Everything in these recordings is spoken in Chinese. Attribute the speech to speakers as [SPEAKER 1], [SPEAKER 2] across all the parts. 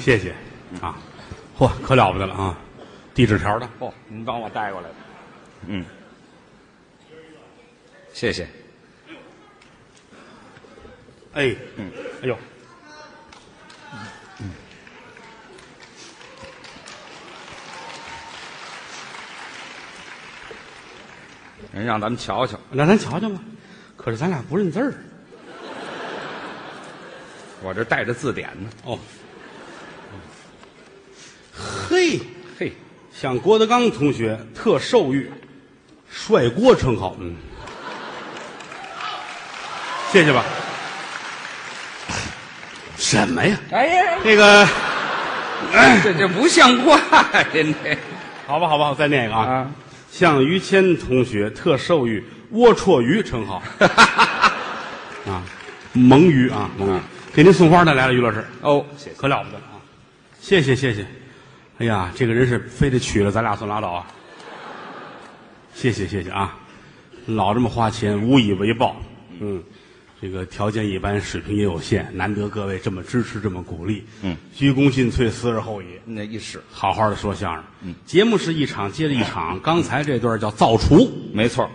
[SPEAKER 1] 谢谢啊，嚯，可了不得了啊！递纸条的，
[SPEAKER 2] 哦，您帮我带过来的。嗯，谢谢。
[SPEAKER 1] 哎，嗯，哎呦，
[SPEAKER 2] 您让咱们瞧瞧，
[SPEAKER 1] 让咱瞧瞧吧。可是咱俩不认字儿
[SPEAKER 2] 我这带着字典呢。
[SPEAKER 1] 哦。嘿，
[SPEAKER 2] 嘿，
[SPEAKER 1] 像郭德纲同学特受誉“帅郭”称号，嗯，谢谢吧。什么呀？
[SPEAKER 2] 哎呀，
[SPEAKER 1] 那个，
[SPEAKER 2] 这这不像话呀！您这
[SPEAKER 1] 好吧，好吧，我再念一个啊。
[SPEAKER 2] 啊，
[SPEAKER 1] 向于谦同学特授予“龌龊鱼”称 号，啊，蒙鱼啊，蒙鱼
[SPEAKER 2] 啊，
[SPEAKER 1] 给您送花的来了，于老师，
[SPEAKER 2] 哦，谢谢。
[SPEAKER 1] 可了不得了啊！谢谢谢谢，哎呀，这个人是非得娶了咱俩算拉倒啊！谢谢谢谢啊，老这么花钱，无以为报，嗯。这个条件一般，水平也有限，难得各位这么支持，这么鼓励，
[SPEAKER 2] 嗯，
[SPEAKER 1] 鞠躬尽瘁，思而后已。
[SPEAKER 2] 那一试，
[SPEAKER 1] 好好的说相声。
[SPEAKER 2] 嗯
[SPEAKER 1] 节目是一场接着一 场，刚才这段叫造厨。
[SPEAKER 2] 没错。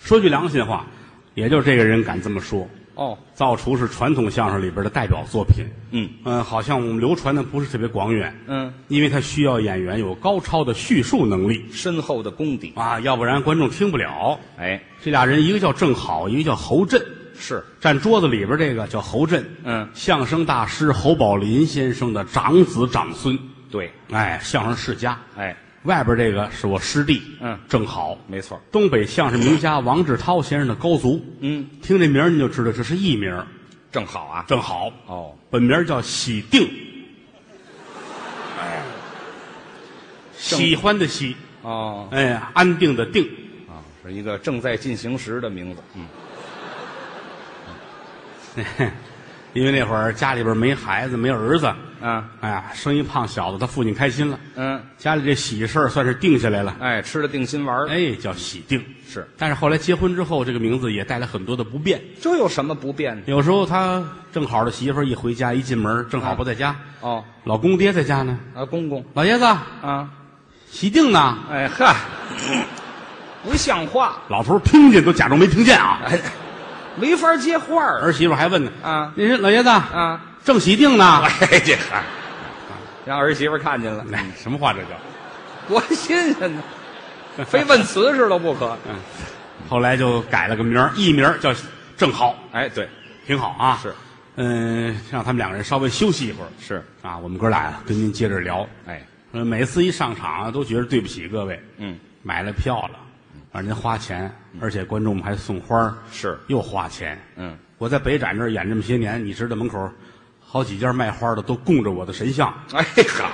[SPEAKER 1] 说句良心话，也就这个人敢这么说。
[SPEAKER 2] 哦，
[SPEAKER 1] 造厨是传统相声里边的代表作品。
[SPEAKER 2] 嗯
[SPEAKER 1] 嗯，好像我们流传的不是特别广远。
[SPEAKER 2] 嗯，
[SPEAKER 1] 因为它需要演员有高超的叙述能力
[SPEAKER 2] 深厚的功底。
[SPEAKER 1] 啊，要不然观众听不了。
[SPEAKER 2] 哎，
[SPEAKER 1] 这俩人一个叫郑好，一个叫侯震。
[SPEAKER 2] 是，
[SPEAKER 1] 站桌子里边这个叫侯震，
[SPEAKER 2] 嗯
[SPEAKER 1] 相声大师侯宝林先生的长子长孙，
[SPEAKER 2] 对，
[SPEAKER 1] 哎，相声世家，
[SPEAKER 2] 哎，
[SPEAKER 1] 外边这个是我师弟，
[SPEAKER 2] 嗯
[SPEAKER 1] 正好，
[SPEAKER 2] 没错。
[SPEAKER 1] 东北相声名家王志涛先生的高足，
[SPEAKER 2] 嗯，
[SPEAKER 1] 听这名儿你就知道这是艺名儿，
[SPEAKER 2] 正好啊。
[SPEAKER 1] 正好，
[SPEAKER 2] 哦，
[SPEAKER 1] 本名叫喜定，喜欢的喜，
[SPEAKER 2] 哦，
[SPEAKER 1] 哎，安定的定，
[SPEAKER 2] 啊，是一个正在进行时的名字。嗯，
[SPEAKER 1] 因为那会儿家里边没孩子，没儿子，
[SPEAKER 2] 啊，
[SPEAKER 1] 哎呀，生一胖小子，他父亲开心了，
[SPEAKER 2] 嗯，
[SPEAKER 1] 家里这喜事儿算是定下来了，
[SPEAKER 2] 哎，吃了定心丸儿。
[SPEAKER 1] 哎，叫喜定。
[SPEAKER 2] 是，
[SPEAKER 1] 但是后来结婚之后，这个名字也带来很多的不便。
[SPEAKER 2] 这有什么不便呢？
[SPEAKER 1] 有时候他正好的媳妇儿一回家，一进门正好不在家，
[SPEAKER 2] 哦，
[SPEAKER 1] 老公爹在家呢。
[SPEAKER 2] 啊，公公
[SPEAKER 1] 老爷子，
[SPEAKER 2] 啊，
[SPEAKER 1] 喜定呢？
[SPEAKER 2] 哎嗨，不像话，
[SPEAKER 1] 老头儿听见都假装没听见啊。
[SPEAKER 2] 哎，没法接话儿
[SPEAKER 1] 儿媳妇还问呢
[SPEAKER 2] 啊
[SPEAKER 1] 您是老爷子，
[SPEAKER 2] 啊！
[SPEAKER 1] 正喜定呢？
[SPEAKER 2] 哎，这嗨，让儿媳妇看见了，
[SPEAKER 1] 哎，什么话这叫？
[SPEAKER 2] 多新鲜呢！非问瓷实都不可。
[SPEAKER 1] 后来就改了个名儿，艺名儿叫正好，
[SPEAKER 2] 哎，对，
[SPEAKER 1] 挺好啊。
[SPEAKER 2] 是，
[SPEAKER 1] 嗯，让他们两个人稍微休息一会儿
[SPEAKER 2] 是，
[SPEAKER 1] 啊。我们哥俩呀，跟您接着聊。
[SPEAKER 2] 哎，
[SPEAKER 1] 呃每次一上场啊，都觉得对不起各位，
[SPEAKER 2] 嗯，
[SPEAKER 1] 买了票了，让您花钱，而且观众们还送花儿
[SPEAKER 2] 是
[SPEAKER 1] 又花钱。
[SPEAKER 2] 嗯，
[SPEAKER 1] 我在北展这儿演这么些年，你知道门口好几家卖花的都供着我的神像
[SPEAKER 2] 哎好，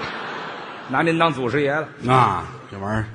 [SPEAKER 2] 拿您当祖师爷了。
[SPEAKER 1] 啊，这玩意儿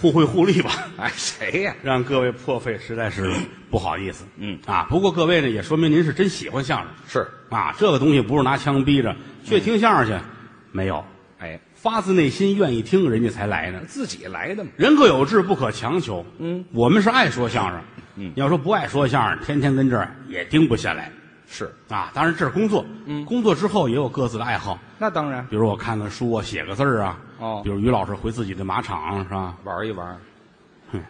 [SPEAKER 1] 互惠互利吧，
[SPEAKER 2] 哎，谁呀？
[SPEAKER 1] 让各位破费实在是不好意思。
[SPEAKER 2] 嗯
[SPEAKER 1] 啊，不过各位呢也说明您是真喜欢相声
[SPEAKER 2] 是，
[SPEAKER 1] 啊，这个东西不是拿枪逼着
[SPEAKER 2] 嗯
[SPEAKER 1] 去听相声去，没有，
[SPEAKER 2] 哎，
[SPEAKER 1] 发自内心愿意听，人家才来呢。
[SPEAKER 2] 自己来的嘛。
[SPEAKER 1] 人各有志，不可强求。
[SPEAKER 2] 嗯，
[SPEAKER 1] 我们是爱说相声。嗯，要说不爱说相声，天天跟这儿也盯不下来
[SPEAKER 2] 是，
[SPEAKER 1] 啊。当然这是工作，嗯，工作之后也有各自的爱好，
[SPEAKER 2] 那当然，
[SPEAKER 1] 比如我看看书啊，写个字儿啊。
[SPEAKER 2] 哦
[SPEAKER 1] 比如于老师回自己的马场是吧？
[SPEAKER 2] 玩一玩
[SPEAKER 1] 哼。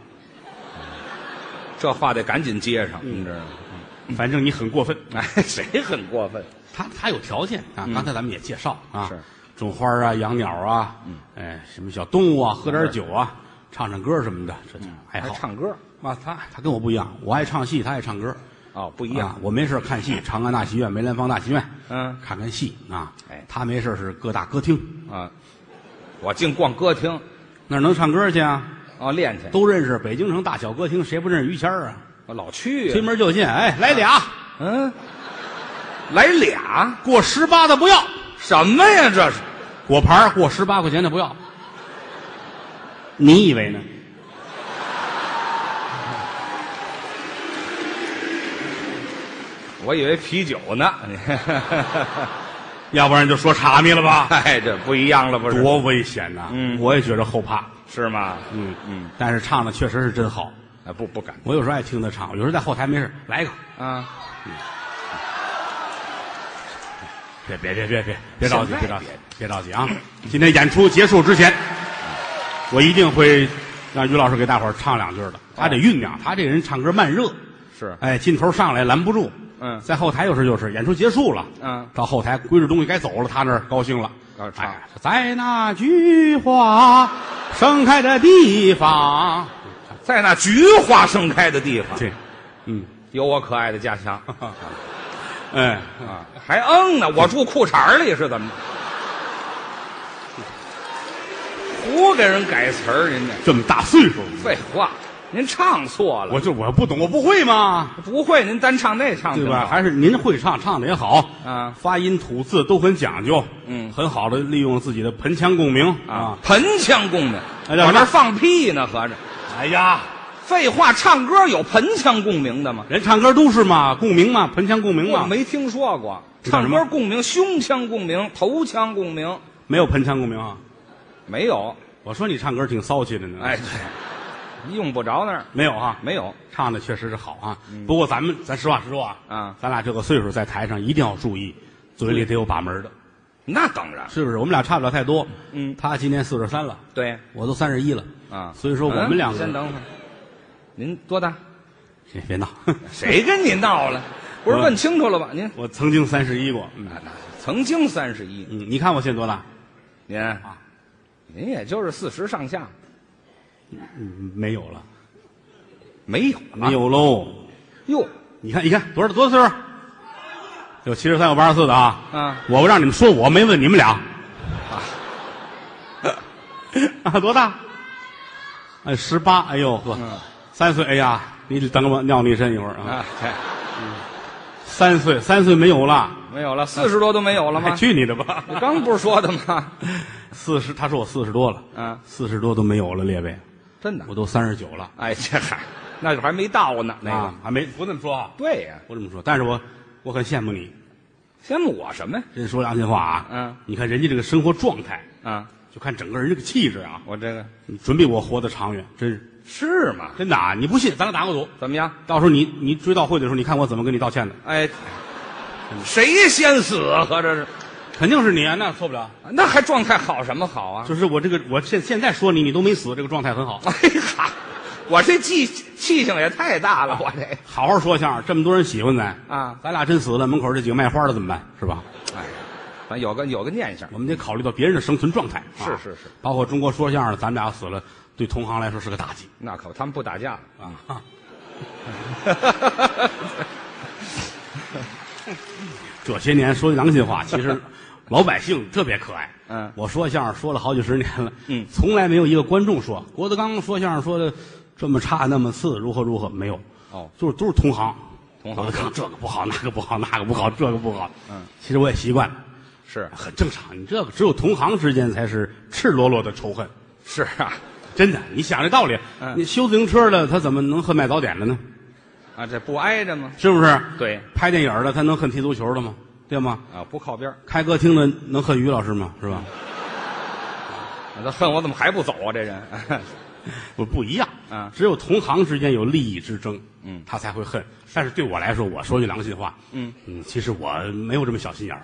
[SPEAKER 2] 这话得赶紧接上，你知道吗？
[SPEAKER 1] 反正你很过分。
[SPEAKER 2] 哎，谁很过分？
[SPEAKER 1] 他他有条件啊，刚才咱们也介绍啊
[SPEAKER 2] 嗯是，
[SPEAKER 1] 种花啊，养鸟啊，嗯，哎，什么小动物啊，喝点酒啊，唱唱歌什么的，这叫爱
[SPEAKER 2] 嗯还
[SPEAKER 1] 好。
[SPEAKER 2] 唱歌？
[SPEAKER 1] 啊，他他跟我不一样，我爱唱戏，他爱唱歌。
[SPEAKER 2] 哦，不一
[SPEAKER 1] 啊
[SPEAKER 2] 样。，
[SPEAKER 1] 我没事儿看戏，长安大戏院、梅兰芳大戏院，
[SPEAKER 2] 嗯
[SPEAKER 1] 看看戏啊。
[SPEAKER 2] 哎
[SPEAKER 1] 他没事儿是各大歌厅，
[SPEAKER 2] 啊，我净逛歌厅
[SPEAKER 1] 那儿能唱歌去啊？
[SPEAKER 2] 哦，练去，
[SPEAKER 1] 都认识北京城大小歌厅，谁不认识于谦儿啊？
[SPEAKER 2] 我老去
[SPEAKER 1] 推
[SPEAKER 2] 呀。
[SPEAKER 1] 门就进，哎，来俩，
[SPEAKER 2] 嗯，来俩
[SPEAKER 1] 过十八的不要，
[SPEAKER 2] 什么呀？这是
[SPEAKER 1] 果盘儿过十八块钱的不要。你以为呢？
[SPEAKER 2] 我以为啤酒呢。
[SPEAKER 1] 要不然就说茶米了吧？
[SPEAKER 2] 哎，这不一样了，不 是？
[SPEAKER 1] 多危险呐、
[SPEAKER 2] 嗯
[SPEAKER 1] 我也觉着后怕。
[SPEAKER 2] 是吗？
[SPEAKER 1] 嗯
[SPEAKER 2] 嗯，
[SPEAKER 1] 但是唱的确实是真好。
[SPEAKER 2] 哎，不不敢
[SPEAKER 1] 我有时候爱听他唱，有时候在后台没事来一个，
[SPEAKER 2] 啊。
[SPEAKER 1] 别别别别别别着急，
[SPEAKER 2] 什么呀
[SPEAKER 1] 别着急
[SPEAKER 2] 别，
[SPEAKER 1] 别着急啊！今天演出结束之前，我一定会让于老师给大伙儿唱两句的。他得酝酿，他这个人唱歌慢热，
[SPEAKER 2] 哦是
[SPEAKER 1] 哎，劲头上来拦不住。
[SPEAKER 2] 嗯
[SPEAKER 1] 在后台有时就是演出结束了，
[SPEAKER 2] 嗯
[SPEAKER 1] 到后台归置东西该走了，他那儿高兴了，
[SPEAKER 2] 啊唱
[SPEAKER 1] 哎，在那菊花盛开的地方，
[SPEAKER 2] 在那菊花盛开的地方，
[SPEAKER 1] 对，嗯，
[SPEAKER 2] 有我可爱的家乡
[SPEAKER 1] 哎，
[SPEAKER 2] 啊！还嗯呢，我住裤衩儿里是怎么着？胡给人改词儿，您这
[SPEAKER 1] 这么大岁 数了，
[SPEAKER 2] 废话，您唱错了。
[SPEAKER 1] 我就我不懂，我不会吗？
[SPEAKER 2] 不会，您单唱那唱
[SPEAKER 1] 对
[SPEAKER 2] 挺
[SPEAKER 1] 吧？
[SPEAKER 2] 好
[SPEAKER 1] 还是您会唱，唱的也好
[SPEAKER 2] 啊
[SPEAKER 1] 发音吐字都很讲究，
[SPEAKER 2] 嗯
[SPEAKER 1] 很好的利用自己的盆腔共鸣
[SPEAKER 2] 啊，，盆腔共鸣，
[SPEAKER 1] 哎叫
[SPEAKER 2] 往
[SPEAKER 1] 什
[SPEAKER 2] 那儿
[SPEAKER 1] 么
[SPEAKER 2] 放屁呢，合着。
[SPEAKER 1] 哎呀，
[SPEAKER 2] 废话，唱歌有盆腔共鸣的吗？
[SPEAKER 1] 人唱歌都是嘛，共鸣嘛，盆腔共鸣
[SPEAKER 2] 我
[SPEAKER 1] 嘛，
[SPEAKER 2] 没听说过。
[SPEAKER 1] 这叫什
[SPEAKER 2] 唱
[SPEAKER 1] 么
[SPEAKER 2] 歌共鸣，胸腔共鸣，头腔共鸣
[SPEAKER 1] 没有盆腔共鸣啊。
[SPEAKER 2] 没有。
[SPEAKER 1] 我说你唱歌挺骚气的呢，
[SPEAKER 2] 哎，，对，用不着那儿，
[SPEAKER 1] 没有啊，
[SPEAKER 2] 没有。
[SPEAKER 1] 唱的确实是好啊。不过咱们咱实话实说啊，
[SPEAKER 2] 啊
[SPEAKER 1] 咱俩这个岁数在台上一定要注意，嘴里得有把门的，
[SPEAKER 2] 那当然，
[SPEAKER 1] 是不是？我们俩差不了太多，
[SPEAKER 2] 嗯
[SPEAKER 1] 他今年四十三了，
[SPEAKER 2] 对
[SPEAKER 1] 我都三十一了
[SPEAKER 2] 啊。
[SPEAKER 1] 所以说我们两个
[SPEAKER 2] 嗯先等会儿，您多大？
[SPEAKER 1] 别别闹，
[SPEAKER 2] 谁跟你闹了？不是
[SPEAKER 1] 我
[SPEAKER 2] 问清楚了吧？您
[SPEAKER 1] 我曾经三十一过，嗯
[SPEAKER 2] 曾经三十一，
[SPEAKER 1] 嗯，你看我现在多大？
[SPEAKER 2] 您
[SPEAKER 1] 啊
[SPEAKER 2] 您也就是四十上下，
[SPEAKER 1] 嗯，没有了，
[SPEAKER 2] 没有
[SPEAKER 1] 没
[SPEAKER 2] 了。
[SPEAKER 1] 有喽。
[SPEAKER 2] 哟
[SPEAKER 1] 你看，你看，多少多少岁数？有七十三，有八十四的啊！
[SPEAKER 2] 啊，
[SPEAKER 1] 我不让你们说，我没问你们 俩。啊，多大？哎，十八。哎呦呵
[SPEAKER 2] 嗯，
[SPEAKER 1] 三岁。哎呀，你等我尿你一身一会儿啊。
[SPEAKER 2] 啊，对，
[SPEAKER 1] 三岁，三岁没有了，
[SPEAKER 2] 没有了，四十多都没有了
[SPEAKER 1] 还
[SPEAKER 2] 吗？
[SPEAKER 1] 去你的吧！
[SPEAKER 2] 你刚不是说的吗？
[SPEAKER 1] 四十，他说我四十多了，
[SPEAKER 2] 嗯，
[SPEAKER 1] 四十多都没有了，列位，
[SPEAKER 2] 真的
[SPEAKER 1] 我。都三十九了。
[SPEAKER 2] 哎，这还那就还没到呢，那个。
[SPEAKER 1] 啊，还没不这么说啊，
[SPEAKER 2] 对呀、
[SPEAKER 1] 不这么说。但是我我很羡慕你，
[SPEAKER 2] 羡慕我什么呀？
[SPEAKER 1] 真说良心话啊，
[SPEAKER 2] 嗯，
[SPEAKER 1] 你看人家这个生活状态，
[SPEAKER 2] 啊，
[SPEAKER 1] 就看整个人这个气质啊，
[SPEAKER 2] 我这个
[SPEAKER 1] 你准比我活得长远，真是
[SPEAKER 2] 是吗？
[SPEAKER 1] 真的啊！你不信，咱俩打个赌，
[SPEAKER 2] 怎么样？
[SPEAKER 1] 到时候你你追悼会的时候，你看我怎么跟你道歉的，
[SPEAKER 2] 哎，谁先死啊？合着是，
[SPEAKER 1] 肯定是你啊，那错不了。
[SPEAKER 2] 那还状态好什么好啊？
[SPEAKER 1] 就是我这个，我现现在说你，你都没死，这个状态很好。
[SPEAKER 2] 哎呀，我这气气性也太大了，我这。
[SPEAKER 1] 好好说相声，这么多人喜欢咱
[SPEAKER 2] 啊
[SPEAKER 1] 咱俩真死了，门口这几个卖花的怎么办？是吧？
[SPEAKER 2] 哎呀，咱有个有个念想
[SPEAKER 1] 我们得考虑到别人的生存状态。啊
[SPEAKER 2] 是是是，
[SPEAKER 1] 包括中国说相声，咱们俩死了，对同行来说是个打击。
[SPEAKER 2] 那可不他们不打架了。
[SPEAKER 1] 啊，这些年说句良心话，其 实老百姓特别可爱。
[SPEAKER 2] 嗯
[SPEAKER 1] 我说相声说了好几十年了，
[SPEAKER 2] 嗯
[SPEAKER 1] 从来没有一个观众说郭德纲说相声说的这么差那么次，如何如何没有。
[SPEAKER 2] 哦
[SPEAKER 1] 就是都是同行，
[SPEAKER 2] 同行
[SPEAKER 1] 郭德纲这个不好，那个不好，那个不好，这个不好。
[SPEAKER 2] 嗯，
[SPEAKER 1] 其实我也习惯了，
[SPEAKER 2] 是啊
[SPEAKER 1] 很正常。你这个只有同行之间才是赤裸裸的仇恨。
[SPEAKER 2] 是啊，
[SPEAKER 1] 真的，你想这道理，
[SPEAKER 2] 嗯
[SPEAKER 1] 你修自行车的他怎么能恨卖早点的呢？
[SPEAKER 2] 啊这不挨着吗？
[SPEAKER 1] 是不是？
[SPEAKER 2] 对
[SPEAKER 1] 拍电影的他能恨踢足球的吗？对吗？
[SPEAKER 2] 啊，不靠边儿
[SPEAKER 1] 开歌厅的能恨于老师吗？是吧？
[SPEAKER 2] 他恨我怎么还不走啊？这人，
[SPEAKER 1] 不不一样
[SPEAKER 2] 嗯
[SPEAKER 1] 只有同行之间有利益之争，
[SPEAKER 2] 嗯
[SPEAKER 1] 他才会恨。但是对我来说，我说句良心话，
[SPEAKER 2] 嗯
[SPEAKER 1] 其实我没有这么小心眼儿。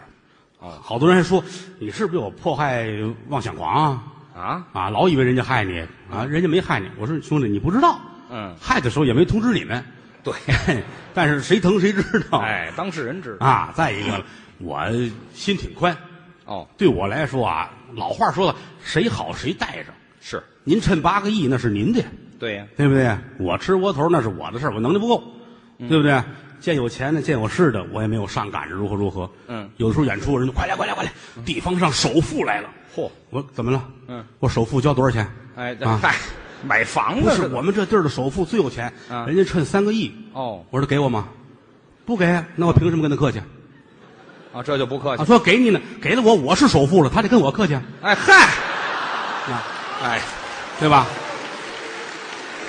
[SPEAKER 2] 哦
[SPEAKER 1] 好多人还说你是不是有迫害妄想狂啊？
[SPEAKER 2] 啊，
[SPEAKER 1] 啊，老以为人家害你啊，人家没害你。我说兄弟，你不知道，
[SPEAKER 2] 嗯
[SPEAKER 1] 害的时候也没通知你们，
[SPEAKER 2] 对，
[SPEAKER 1] 但是谁疼谁知道。
[SPEAKER 2] 哎，当事人知道
[SPEAKER 1] 啊，再一个了，我心挺宽，
[SPEAKER 2] 哦，
[SPEAKER 1] 对我来说啊，老话说的，谁好谁带着。
[SPEAKER 2] 是
[SPEAKER 1] 您趁八个亿那是您的，
[SPEAKER 2] 对呀，
[SPEAKER 1] 对不对？我吃窝头那是我的事儿，我能力不够，
[SPEAKER 2] 嗯
[SPEAKER 1] 对不对？见有钱的，见有势的，我也没有上赶着如何如何。
[SPEAKER 2] 嗯，
[SPEAKER 1] 有时候演出人就快来快来快来，地方上首富来了，
[SPEAKER 2] 嚯，
[SPEAKER 1] 我怎么了？
[SPEAKER 2] 嗯，
[SPEAKER 1] 我首富交多少钱？
[SPEAKER 2] 哎，这
[SPEAKER 1] 啊
[SPEAKER 2] 嗨，买房
[SPEAKER 1] 不是
[SPEAKER 2] 子似的
[SPEAKER 1] 我们这地儿的首富最有钱，
[SPEAKER 2] 啊
[SPEAKER 1] 人家趁三个亿，
[SPEAKER 2] 哦
[SPEAKER 1] 我说给我吗？不给，啊那我凭什么跟他客气？
[SPEAKER 2] 啊，这就不客
[SPEAKER 1] 啊，
[SPEAKER 2] 气。
[SPEAKER 1] 说给你呢，给了我，我是首富了，他得跟我客气，
[SPEAKER 2] 哎嗨，
[SPEAKER 1] 啊，
[SPEAKER 2] 哎，
[SPEAKER 1] 对吧？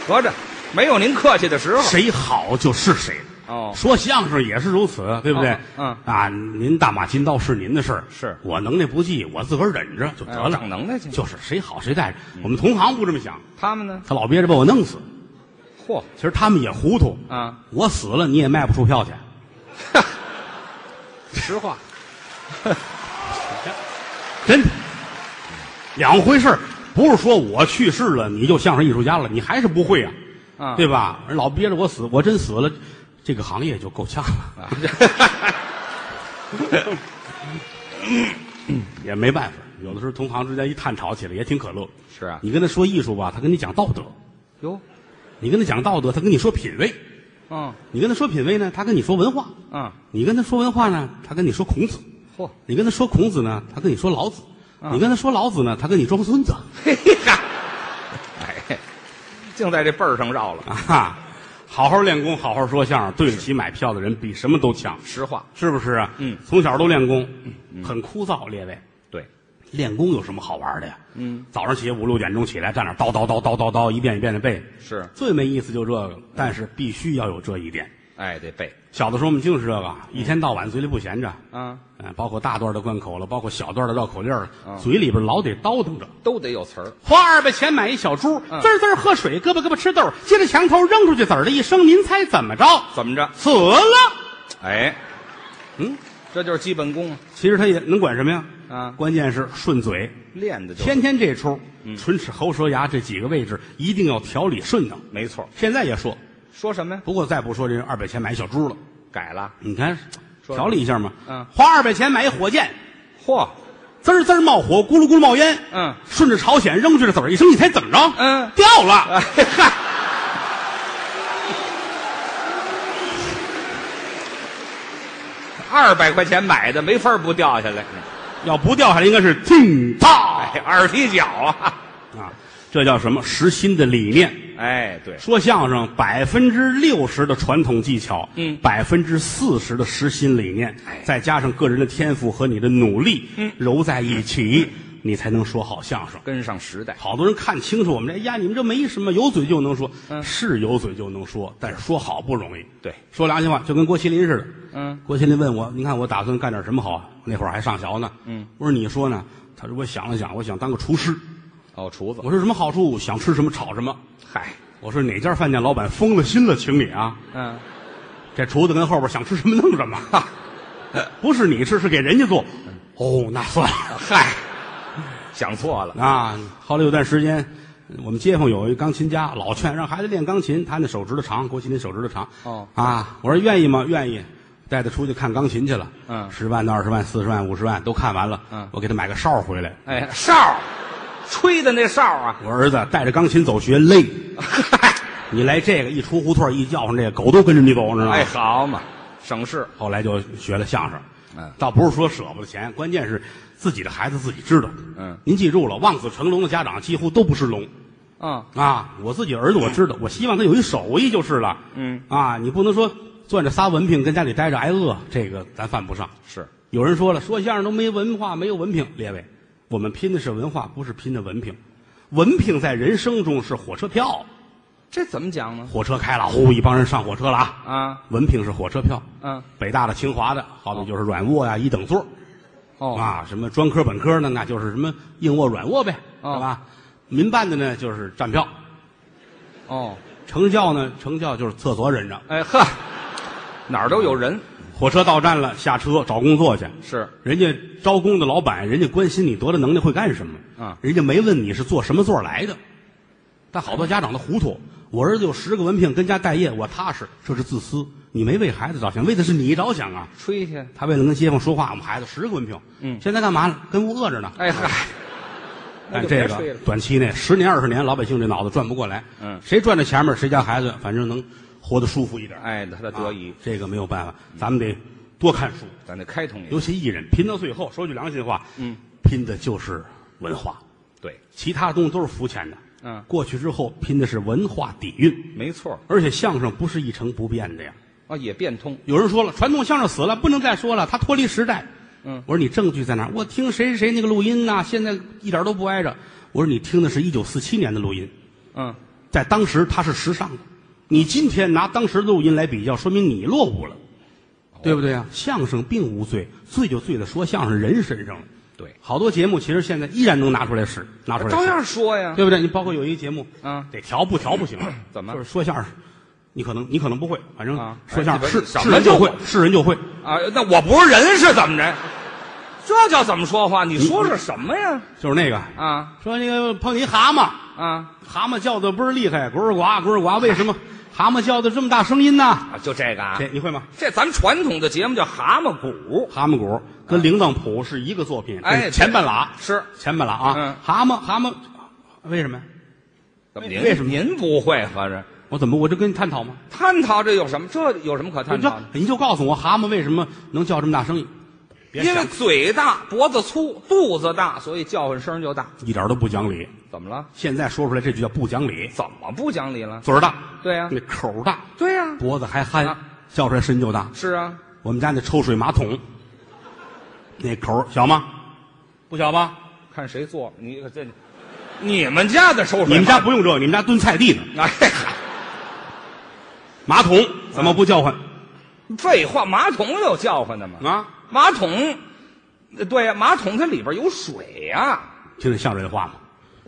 [SPEAKER 2] 合着没有您客气的时候。
[SPEAKER 1] 谁好就是谁。
[SPEAKER 2] 哦
[SPEAKER 1] 说相声也是如此，对不对
[SPEAKER 2] 哦？嗯
[SPEAKER 1] 啊，您大马金刀是您的事儿，
[SPEAKER 2] 是
[SPEAKER 1] 我能耐不济，我自个儿忍着就得
[SPEAKER 2] 哎
[SPEAKER 1] 了。
[SPEAKER 2] 呦长能耐去
[SPEAKER 1] 就是谁好谁带着。我们同行不这么想，
[SPEAKER 2] 他们呢？
[SPEAKER 1] 他老憋着把我弄死。
[SPEAKER 2] 嚯，
[SPEAKER 1] 其实他们也糊涂
[SPEAKER 2] 啊，
[SPEAKER 1] 我死了你也卖不出票去。
[SPEAKER 2] 实话，
[SPEAKER 1] 真的两回事儿不是说我去世了你就相声艺术家了，你还是不会啊，
[SPEAKER 2] 啊
[SPEAKER 1] 对吧？老憋着我死，我真死了，这个行业就够呛了，
[SPEAKER 2] 啊，
[SPEAKER 1] 也没办法。有的时候同行之间一探讨起来也挺可乐。
[SPEAKER 2] 是啊
[SPEAKER 1] 你跟他说艺术吧，他跟你讲道德；
[SPEAKER 2] 哟，
[SPEAKER 1] 你跟他讲道德，他跟你说品位；
[SPEAKER 2] 嗯
[SPEAKER 1] 你跟他说品位呢，他跟你说文化；
[SPEAKER 2] 嗯，
[SPEAKER 1] 你跟他说文化呢，他跟你说孔子；
[SPEAKER 2] 嚯，
[SPEAKER 1] 你跟他说孔子呢，他跟你说老子；你跟他说老子呢，他跟你装孙子。
[SPEAKER 2] 嘿哈，哎，净在这辈儿上绕了。
[SPEAKER 1] 啊哈，好好练功，好好说相声，对得起买票的人比什么都强，
[SPEAKER 2] 实话，
[SPEAKER 1] 是不是啊？
[SPEAKER 2] 嗯，
[SPEAKER 1] 从小都练功，很枯燥，列位。
[SPEAKER 2] 对，
[SPEAKER 1] 练功有什么好玩的呀？嗯，早上起五六点钟起来，站那儿叨叨叨叨叨叨，一遍一遍的背，
[SPEAKER 2] 是，
[SPEAKER 1] 最没意思就这个。但是必须要有这一点。
[SPEAKER 2] 哎，得背，
[SPEAKER 1] 小的时候我们净是这个，一天到晚嘴里不闲着，
[SPEAKER 2] 啊，
[SPEAKER 1] 嗯，包括大段的贯口了，包括小段的绕口令儿
[SPEAKER 2] 嗯
[SPEAKER 1] 嘴里边老得叨叨着。
[SPEAKER 2] 都得有词儿。
[SPEAKER 1] 花二百钱买一小猪，
[SPEAKER 2] 嗯
[SPEAKER 1] 滋儿滋儿喝水，胳膊胳膊吃豆，接着墙头扔出去，籽儿的一声，您猜怎么着？
[SPEAKER 2] 怎么着？
[SPEAKER 1] 死了。
[SPEAKER 2] 哎，
[SPEAKER 1] 嗯，
[SPEAKER 2] 这就是基本功
[SPEAKER 1] 其实他也能管什么呀？
[SPEAKER 2] 啊
[SPEAKER 1] 关键是顺嘴，
[SPEAKER 2] 练的就是
[SPEAKER 1] 天天这出，
[SPEAKER 2] 嗯
[SPEAKER 1] 唇齿喉舌牙这几个位置一定要条理顺当。
[SPEAKER 2] 没错。
[SPEAKER 1] 现在也说，
[SPEAKER 2] 说什么呀？
[SPEAKER 1] 不过再不说这二百钱买小猪了，
[SPEAKER 2] 改了。
[SPEAKER 1] 你看
[SPEAKER 2] 说
[SPEAKER 1] 调理一下嘛。
[SPEAKER 2] 嗯
[SPEAKER 1] 花二百钱买一火箭，
[SPEAKER 2] 嚯，
[SPEAKER 1] 滋儿滋儿冒火，咕噜咕噜冒烟。
[SPEAKER 2] 嗯，
[SPEAKER 1] 顺着朝鲜扔出去的籽儿一声，你猜怎么着？
[SPEAKER 2] 嗯
[SPEAKER 1] 掉了。
[SPEAKER 2] 哎 嗨，二百块钱买的，没法儿不掉下来。嗯
[SPEAKER 1] 要不掉下来，应该是听他。
[SPEAKER 2] 哎，二踢脚啊！
[SPEAKER 1] 啊，这叫什么？实心的理念。
[SPEAKER 2] 哎，对，
[SPEAKER 1] 说相声百分之六十的传统技巧，
[SPEAKER 2] 嗯
[SPEAKER 1] 百分之四十的实心理念，
[SPEAKER 2] 哎
[SPEAKER 1] 再加上个人的天赋和你的努力，嗯，揉在一起，你才能说好相声。
[SPEAKER 2] 跟上时代。
[SPEAKER 1] 好多人看清楚我们这，哎呀，你们这没什么，有嘴就能说，
[SPEAKER 2] 嗯
[SPEAKER 1] 是有嘴就能说，但是说好不容易。
[SPEAKER 2] 对，
[SPEAKER 1] 说良心话，就跟郭麒麟似的。
[SPEAKER 2] 嗯，
[SPEAKER 1] 郭麒麟问我，你看我打算干点什么好啊？那会儿还上学呢。
[SPEAKER 2] 嗯，
[SPEAKER 1] 我说你说呢？他说我想了想，我想当个厨师。
[SPEAKER 2] 哦，厨子。
[SPEAKER 1] 我说什么好处？想吃什么炒什么。
[SPEAKER 2] 嗨，
[SPEAKER 1] 我说哪家饭店老板疯了心了，请你啊！
[SPEAKER 2] 嗯，
[SPEAKER 1] 这厨子跟后边想吃什么弄什么，哈 不是你吃，是给人家做。哦，那算了
[SPEAKER 2] 嗨，想错了。
[SPEAKER 1] 啊。后来有段时间，我们街坊有一钢琴家，老劝让孩子练钢琴，他那手指头长，郭麒麟手指头长。
[SPEAKER 2] 哦
[SPEAKER 1] 啊，我说愿意吗？愿意。带他出去看钢琴去了，
[SPEAKER 2] 嗯
[SPEAKER 1] 十万到二十万、四十万、五十万都看完了，
[SPEAKER 2] 嗯
[SPEAKER 1] 我给他买个哨回来。
[SPEAKER 2] 哎，哨儿，吹的那哨儿啊。
[SPEAKER 1] 我儿子带着钢琴走学 累，你来这个一出胡同一叫上这个，狗都跟着你走，你知道吗？
[SPEAKER 2] 哎，好嘛，省事。
[SPEAKER 1] 后来就学了相声。
[SPEAKER 2] 嗯
[SPEAKER 1] 倒不是说舍不得钱，关键是自己的孩子自己知道。
[SPEAKER 2] 嗯，
[SPEAKER 1] 您记住了，望子成龙的家长几乎都不是龙
[SPEAKER 2] 嗯，
[SPEAKER 1] 啊。我自己儿子我知道，我希望他有一手艺就是了。
[SPEAKER 2] 嗯，
[SPEAKER 1] 啊，你不能说攥着仨文凭跟家里待着挨饿，这个咱犯不上。
[SPEAKER 2] 是
[SPEAKER 1] 有人说了，说相声都没文化，没有文凭。列位，我们拼的是文化，不是拼的文凭。文凭在人生中是火车票，
[SPEAKER 2] 这怎么讲呢？
[SPEAKER 1] 火车开了，呼，一帮人上火车了啊。
[SPEAKER 2] 啊，
[SPEAKER 1] 文凭是火车票，
[SPEAKER 2] 嗯，
[SPEAKER 1] 北大的、清华的，好比就是软卧呀、一等座
[SPEAKER 2] 哦，
[SPEAKER 1] 啊，什么专科、本科呢，那就是什么硬卧、软卧呗，
[SPEAKER 2] 哦
[SPEAKER 1] 是吧？民办的呢就是站票，
[SPEAKER 2] 哦，
[SPEAKER 1] 成教呢，成教就是厕所忍着，
[SPEAKER 2] 哎呵，哪儿都有人。
[SPEAKER 1] 火车到站了，下车找工作去。
[SPEAKER 2] 是
[SPEAKER 1] 人家招工的老板，人家关心你多大能耐会干什么，
[SPEAKER 2] 嗯
[SPEAKER 1] 人家没问你是坐什么座来的。但好多家长都糊涂，我儿子有十个文凭，跟家待业，我踏实，这是自私。你没为孩子着想，为的是你着想啊！
[SPEAKER 2] 吹去。
[SPEAKER 1] 他为了跟街坊说话，我们孩子十个文凭，
[SPEAKER 2] 嗯
[SPEAKER 1] 现在干嘛呢？跟屋饿着呢。
[SPEAKER 2] 哎嗨，那
[SPEAKER 1] 但
[SPEAKER 2] 就
[SPEAKER 1] 这
[SPEAKER 2] 别吹
[SPEAKER 1] 个
[SPEAKER 2] 了。
[SPEAKER 1] 短期内十年二十年，老百姓这脑子转不过来。
[SPEAKER 2] 嗯
[SPEAKER 1] 谁转到前面，谁家孩子反正能活得舒服一点。
[SPEAKER 2] 哎，他的得意
[SPEAKER 1] 啊，这个没有办法，咱们得多看书，
[SPEAKER 2] 咱得开通一下
[SPEAKER 1] 尤。其艺人拼到最后，说句良心话，
[SPEAKER 2] 嗯，
[SPEAKER 1] 拼的就是文化，
[SPEAKER 2] 对，
[SPEAKER 1] 其他东西都是肤浅的。
[SPEAKER 2] 嗯
[SPEAKER 1] 过去之后拼的是文化底蕴，
[SPEAKER 2] 没错
[SPEAKER 1] 而且相声不是一成不变的呀。
[SPEAKER 2] 啊，也变通。
[SPEAKER 1] 有人说了，传统相声死了，不能再说了，它脱离时代。
[SPEAKER 2] 嗯
[SPEAKER 1] 我说你证据在哪儿？我听谁谁谁那个录音呐、现在一点都不挨着。我说你听的是一九四七年的录音，
[SPEAKER 2] 嗯，
[SPEAKER 1] 在当时它是时尚的。你今天拿当时的录音来比较，说明你落伍了，对不对
[SPEAKER 2] 哦
[SPEAKER 1] 啊？相声并无罪，罪就罪在说相声人身上了。
[SPEAKER 2] 对，
[SPEAKER 1] 好多节目其实现在依然能拿出来使，拿出来使
[SPEAKER 2] 啊照样说呀。
[SPEAKER 1] 对不对？你包括有一节目，
[SPEAKER 2] 嗯
[SPEAKER 1] 得调不调不行，
[SPEAKER 2] 怎么
[SPEAKER 1] 就是说相声，你可能你可能不会，反正
[SPEAKER 2] 啊
[SPEAKER 1] 说相
[SPEAKER 2] 哎
[SPEAKER 1] 声是
[SPEAKER 2] 什么
[SPEAKER 1] 是人就
[SPEAKER 2] 叫
[SPEAKER 1] 会
[SPEAKER 2] 我，
[SPEAKER 1] 是人就会。
[SPEAKER 2] 啊，那我不是人是怎么着？这叫怎么说话？你说说什么呀？
[SPEAKER 1] 就是那个
[SPEAKER 2] 啊
[SPEAKER 1] 说那个碰一蛤蟆，
[SPEAKER 2] 啊
[SPEAKER 1] 蛤蟆叫的倍儿厉害，咕儿呱咕儿呱，为什么蛤蟆叫的这么大声音呢？哎
[SPEAKER 2] 啊！就这个啊，
[SPEAKER 1] 这你会吗？
[SPEAKER 2] 这咱们传统的节目叫蛤蟆鼓，
[SPEAKER 1] 蛤蟆鼓跟铃铛谱是一个作品，
[SPEAKER 2] 哎
[SPEAKER 1] 这是前半拉
[SPEAKER 2] 是
[SPEAKER 1] 前半拉啊。
[SPEAKER 2] 嗯
[SPEAKER 1] 蛤蟆蛤蟆，为什么呀？
[SPEAKER 2] 怎么
[SPEAKER 1] 为
[SPEAKER 2] 您
[SPEAKER 1] 为什么
[SPEAKER 2] 您不会？合着
[SPEAKER 1] 我怎么我就跟你探讨吗？
[SPEAKER 2] 探讨这有什么？这有什么可探
[SPEAKER 1] 你
[SPEAKER 2] 讨
[SPEAKER 1] 就
[SPEAKER 2] 的？
[SPEAKER 1] 你就告诉我蛤蟆为什么能叫这么大声音？别
[SPEAKER 2] 因
[SPEAKER 1] 想
[SPEAKER 2] 为嘴大、脖子粗、肚子大，所以叫唤声就大。
[SPEAKER 1] 一点都不讲理。
[SPEAKER 2] 怎么了？
[SPEAKER 1] 现在说出来这就叫不讲理，
[SPEAKER 2] 怎么不讲理了？
[SPEAKER 1] 嘴儿大，
[SPEAKER 2] 对啊呀
[SPEAKER 1] 那口儿大，
[SPEAKER 2] 对呀、
[SPEAKER 1] 脖子还憨
[SPEAKER 2] 啊，
[SPEAKER 1] 叫出来声音就大。
[SPEAKER 2] 是啊，
[SPEAKER 1] 我们家那抽水马桶，那口儿小吗？不小吧？
[SPEAKER 2] 看谁做你这，你们家的收拾，
[SPEAKER 1] 你们家不用这个，你们家蹲菜地呢。
[SPEAKER 2] 哎嗨。
[SPEAKER 1] 马桶怎么不叫唤
[SPEAKER 2] 废话，马桶有叫唤的吗？
[SPEAKER 1] 啊？
[SPEAKER 2] 马桶，呃对呀、马桶它里边有水呀、
[SPEAKER 1] 听着像人话吗？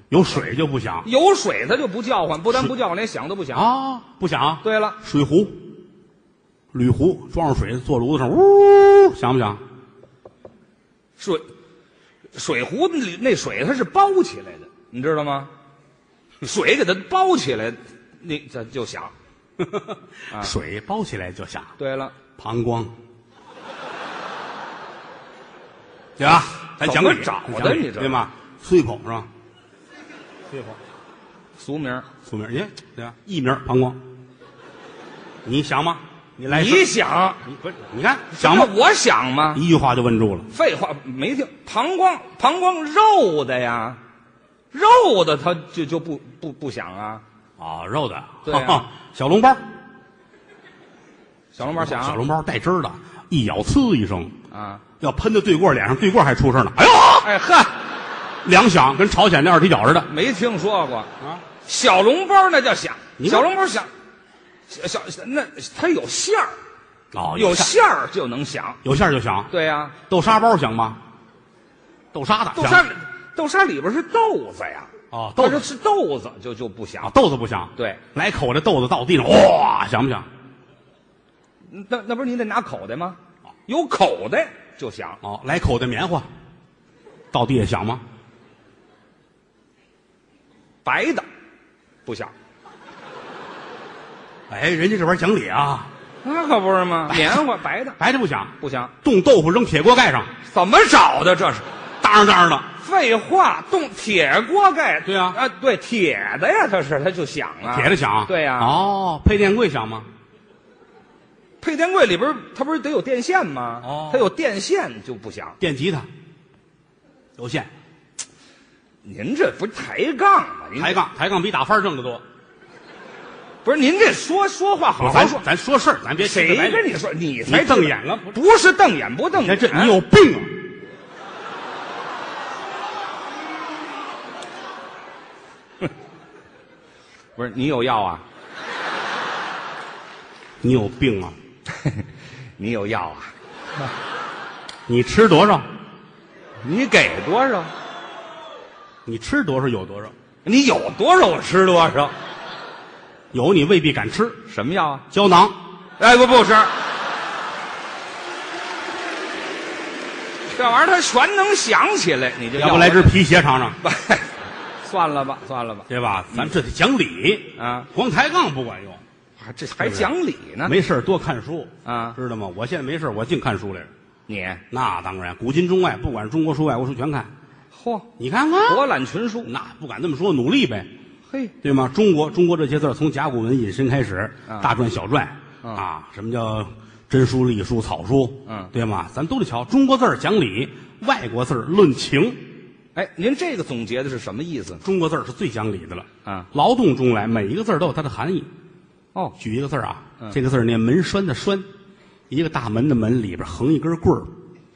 [SPEAKER 1] 有水就不响
[SPEAKER 2] 有水它就不叫唤，不但不叫唤，连响都不响。
[SPEAKER 1] 啊，不响。
[SPEAKER 2] 对了，
[SPEAKER 1] 水壶、铝壶装上水，坐炉子上，呜，响不 响？
[SPEAKER 2] 水，水壶里那水它是包起来的，你知道吗？水给它包起来，那它就响。啊
[SPEAKER 1] 水包起来就响，
[SPEAKER 2] 对了，
[SPEAKER 1] 膀胱。 对吧？咱讲理，
[SPEAKER 2] 怎么找的
[SPEAKER 1] 咱讲理
[SPEAKER 2] 你这
[SPEAKER 1] 对吗？碎口是吧？
[SPEAKER 2] 俗名儿，
[SPEAKER 1] 俗名，耶，对吧？艺名膀胱，你想吗？你来一
[SPEAKER 2] 你
[SPEAKER 1] 声，
[SPEAKER 2] 想
[SPEAKER 1] 你不是？你看哎想吗？
[SPEAKER 2] 那我想吗？
[SPEAKER 1] 一句话就问住了。
[SPEAKER 2] 废话，没听膀胱，膀胱肉的呀，肉的它就就不不不响啊。
[SPEAKER 1] 啊，肉的，
[SPEAKER 2] 对啊
[SPEAKER 1] 小笼包，
[SPEAKER 2] 小笼包响，
[SPEAKER 1] 小笼包带汁儿的，一咬呲一声，
[SPEAKER 2] 啊，
[SPEAKER 1] 要喷到对过脸上，对过还出声呢，哎呦，
[SPEAKER 2] 哎呵，
[SPEAKER 1] 两响，跟朝鲜那二踢脚似的
[SPEAKER 2] 没听说过
[SPEAKER 1] 啊！
[SPEAKER 2] 小笼包那叫响，
[SPEAKER 1] 你看
[SPEAKER 2] 小笼包响，小小那它有馅儿，
[SPEAKER 1] 哦，
[SPEAKER 2] 有
[SPEAKER 1] 馅
[SPEAKER 2] 馅儿就能响。
[SPEAKER 1] 有馅儿就响，
[SPEAKER 2] 对呀、
[SPEAKER 1] 豆沙包响吗？豆沙的
[SPEAKER 2] 豆
[SPEAKER 1] 响
[SPEAKER 2] 沙里豆沙里边是豆子呀，
[SPEAKER 1] 哦，豆
[SPEAKER 2] 但是
[SPEAKER 1] 子
[SPEAKER 2] 是豆子就就不响
[SPEAKER 1] 啊，。豆子不响，
[SPEAKER 2] 对，
[SPEAKER 1] 来口这豆子到地上，哇，响不响？
[SPEAKER 2] 那那不是你得拿口袋吗？有口袋就响，
[SPEAKER 1] 哦，来口的棉花，到地下响吗？
[SPEAKER 2] 白的不响，
[SPEAKER 1] 哎，人家这玩意儿讲理啊，
[SPEAKER 2] 那可不是吗？棉花白的
[SPEAKER 1] 白的不响，
[SPEAKER 2] 不响，
[SPEAKER 1] 冻豆腐扔铁锅盖上，
[SPEAKER 2] 怎么找的这是？
[SPEAKER 1] 当然当然的，
[SPEAKER 2] 废话，动铁锅盖，
[SPEAKER 1] 对啊
[SPEAKER 2] 啊，对铁的呀，它是它就响啊，
[SPEAKER 1] 铁的响，
[SPEAKER 2] 对呀、
[SPEAKER 1] 哦，配电柜响吗？
[SPEAKER 2] 配电柜里边儿它不是得有电线吗？
[SPEAKER 1] 哦
[SPEAKER 2] 它有电线就不响。
[SPEAKER 1] 电吉他，有线，
[SPEAKER 2] 您这不是抬杠吗？您
[SPEAKER 1] 抬杠，抬杠比打翻儿挣得多。
[SPEAKER 2] 不是您这说说话好好
[SPEAKER 1] 咱
[SPEAKER 2] 说，
[SPEAKER 1] 咱说事儿，咱别
[SPEAKER 2] 谁
[SPEAKER 1] 来
[SPEAKER 2] 跟你说？你才
[SPEAKER 1] 瞪眼了
[SPEAKER 2] 不是瞪眼不瞪
[SPEAKER 1] 你看
[SPEAKER 2] 眼，
[SPEAKER 1] 这你有病啊！
[SPEAKER 2] 不是你有药啊？
[SPEAKER 1] 你有病啊！
[SPEAKER 2] 你有药啊？
[SPEAKER 1] 你吃多少？
[SPEAKER 2] 你给多少？
[SPEAKER 1] 你吃多少有多少？
[SPEAKER 2] 你有多少我吃多少？
[SPEAKER 1] 有你未必敢吃
[SPEAKER 2] 什么药啊？
[SPEAKER 1] 胶囊，
[SPEAKER 2] 哎，不不吃。这玩意儿它全能想起来，你就
[SPEAKER 1] 要不来只皮鞋尝尝，
[SPEAKER 2] 吧， 算了吧，算了吧，
[SPEAKER 1] 对吧？咱这得讲理
[SPEAKER 2] 啊，
[SPEAKER 1] 光抬杠不管用。
[SPEAKER 2] 还这还讲理呢？
[SPEAKER 1] 啊没事儿多看书
[SPEAKER 2] 啊
[SPEAKER 1] 知道吗？我现在没事儿我净看书来着。
[SPEAKER 2] 你，
[SPEAKER 1] 那当然，古今中外，不管中国书、外国书全看。
[SPEAKER 2] 嚯，
[SPEAKER 1] 你看看，
[SPEAKER 2] 博览群书，
[SPEAKER 1] 那不敢这么说，努力呗。
[SPEAKER 2] 嘿，
[SPEAKER 1] 对吗？中国中国这些字儿从甲骨文引申开始，
[SPEAKER 2] 啊
[SPEAKER 1] 大篆、小篆
[SPEAKER 2] 嗯
[SPEAKER 1] 啊，什么叫真书、隶书、草书？
[SPEAKER 2] 嗯
[SPEAKER 1] 对吗？咱都得瞧。中国字儿讲理，外国字儿论情。
[SPEAKER 2] 哎，您这个总结的是什么意思呢？
[SPEAKER 1] 中国字儿是最讲理的了
[SPEAKER 2] 啊！
[SPEAKER 1] 劳动中来，每一个字儿都有它的含义。
[SPEAKER 2] 哦，
[SPEAKER 1] 举一个字儿啊，
[SPEAKER 2] 嗯
[SPEAKER 1] 这个字儿念门栓的栓，一个大门的门里边横一根棍儿，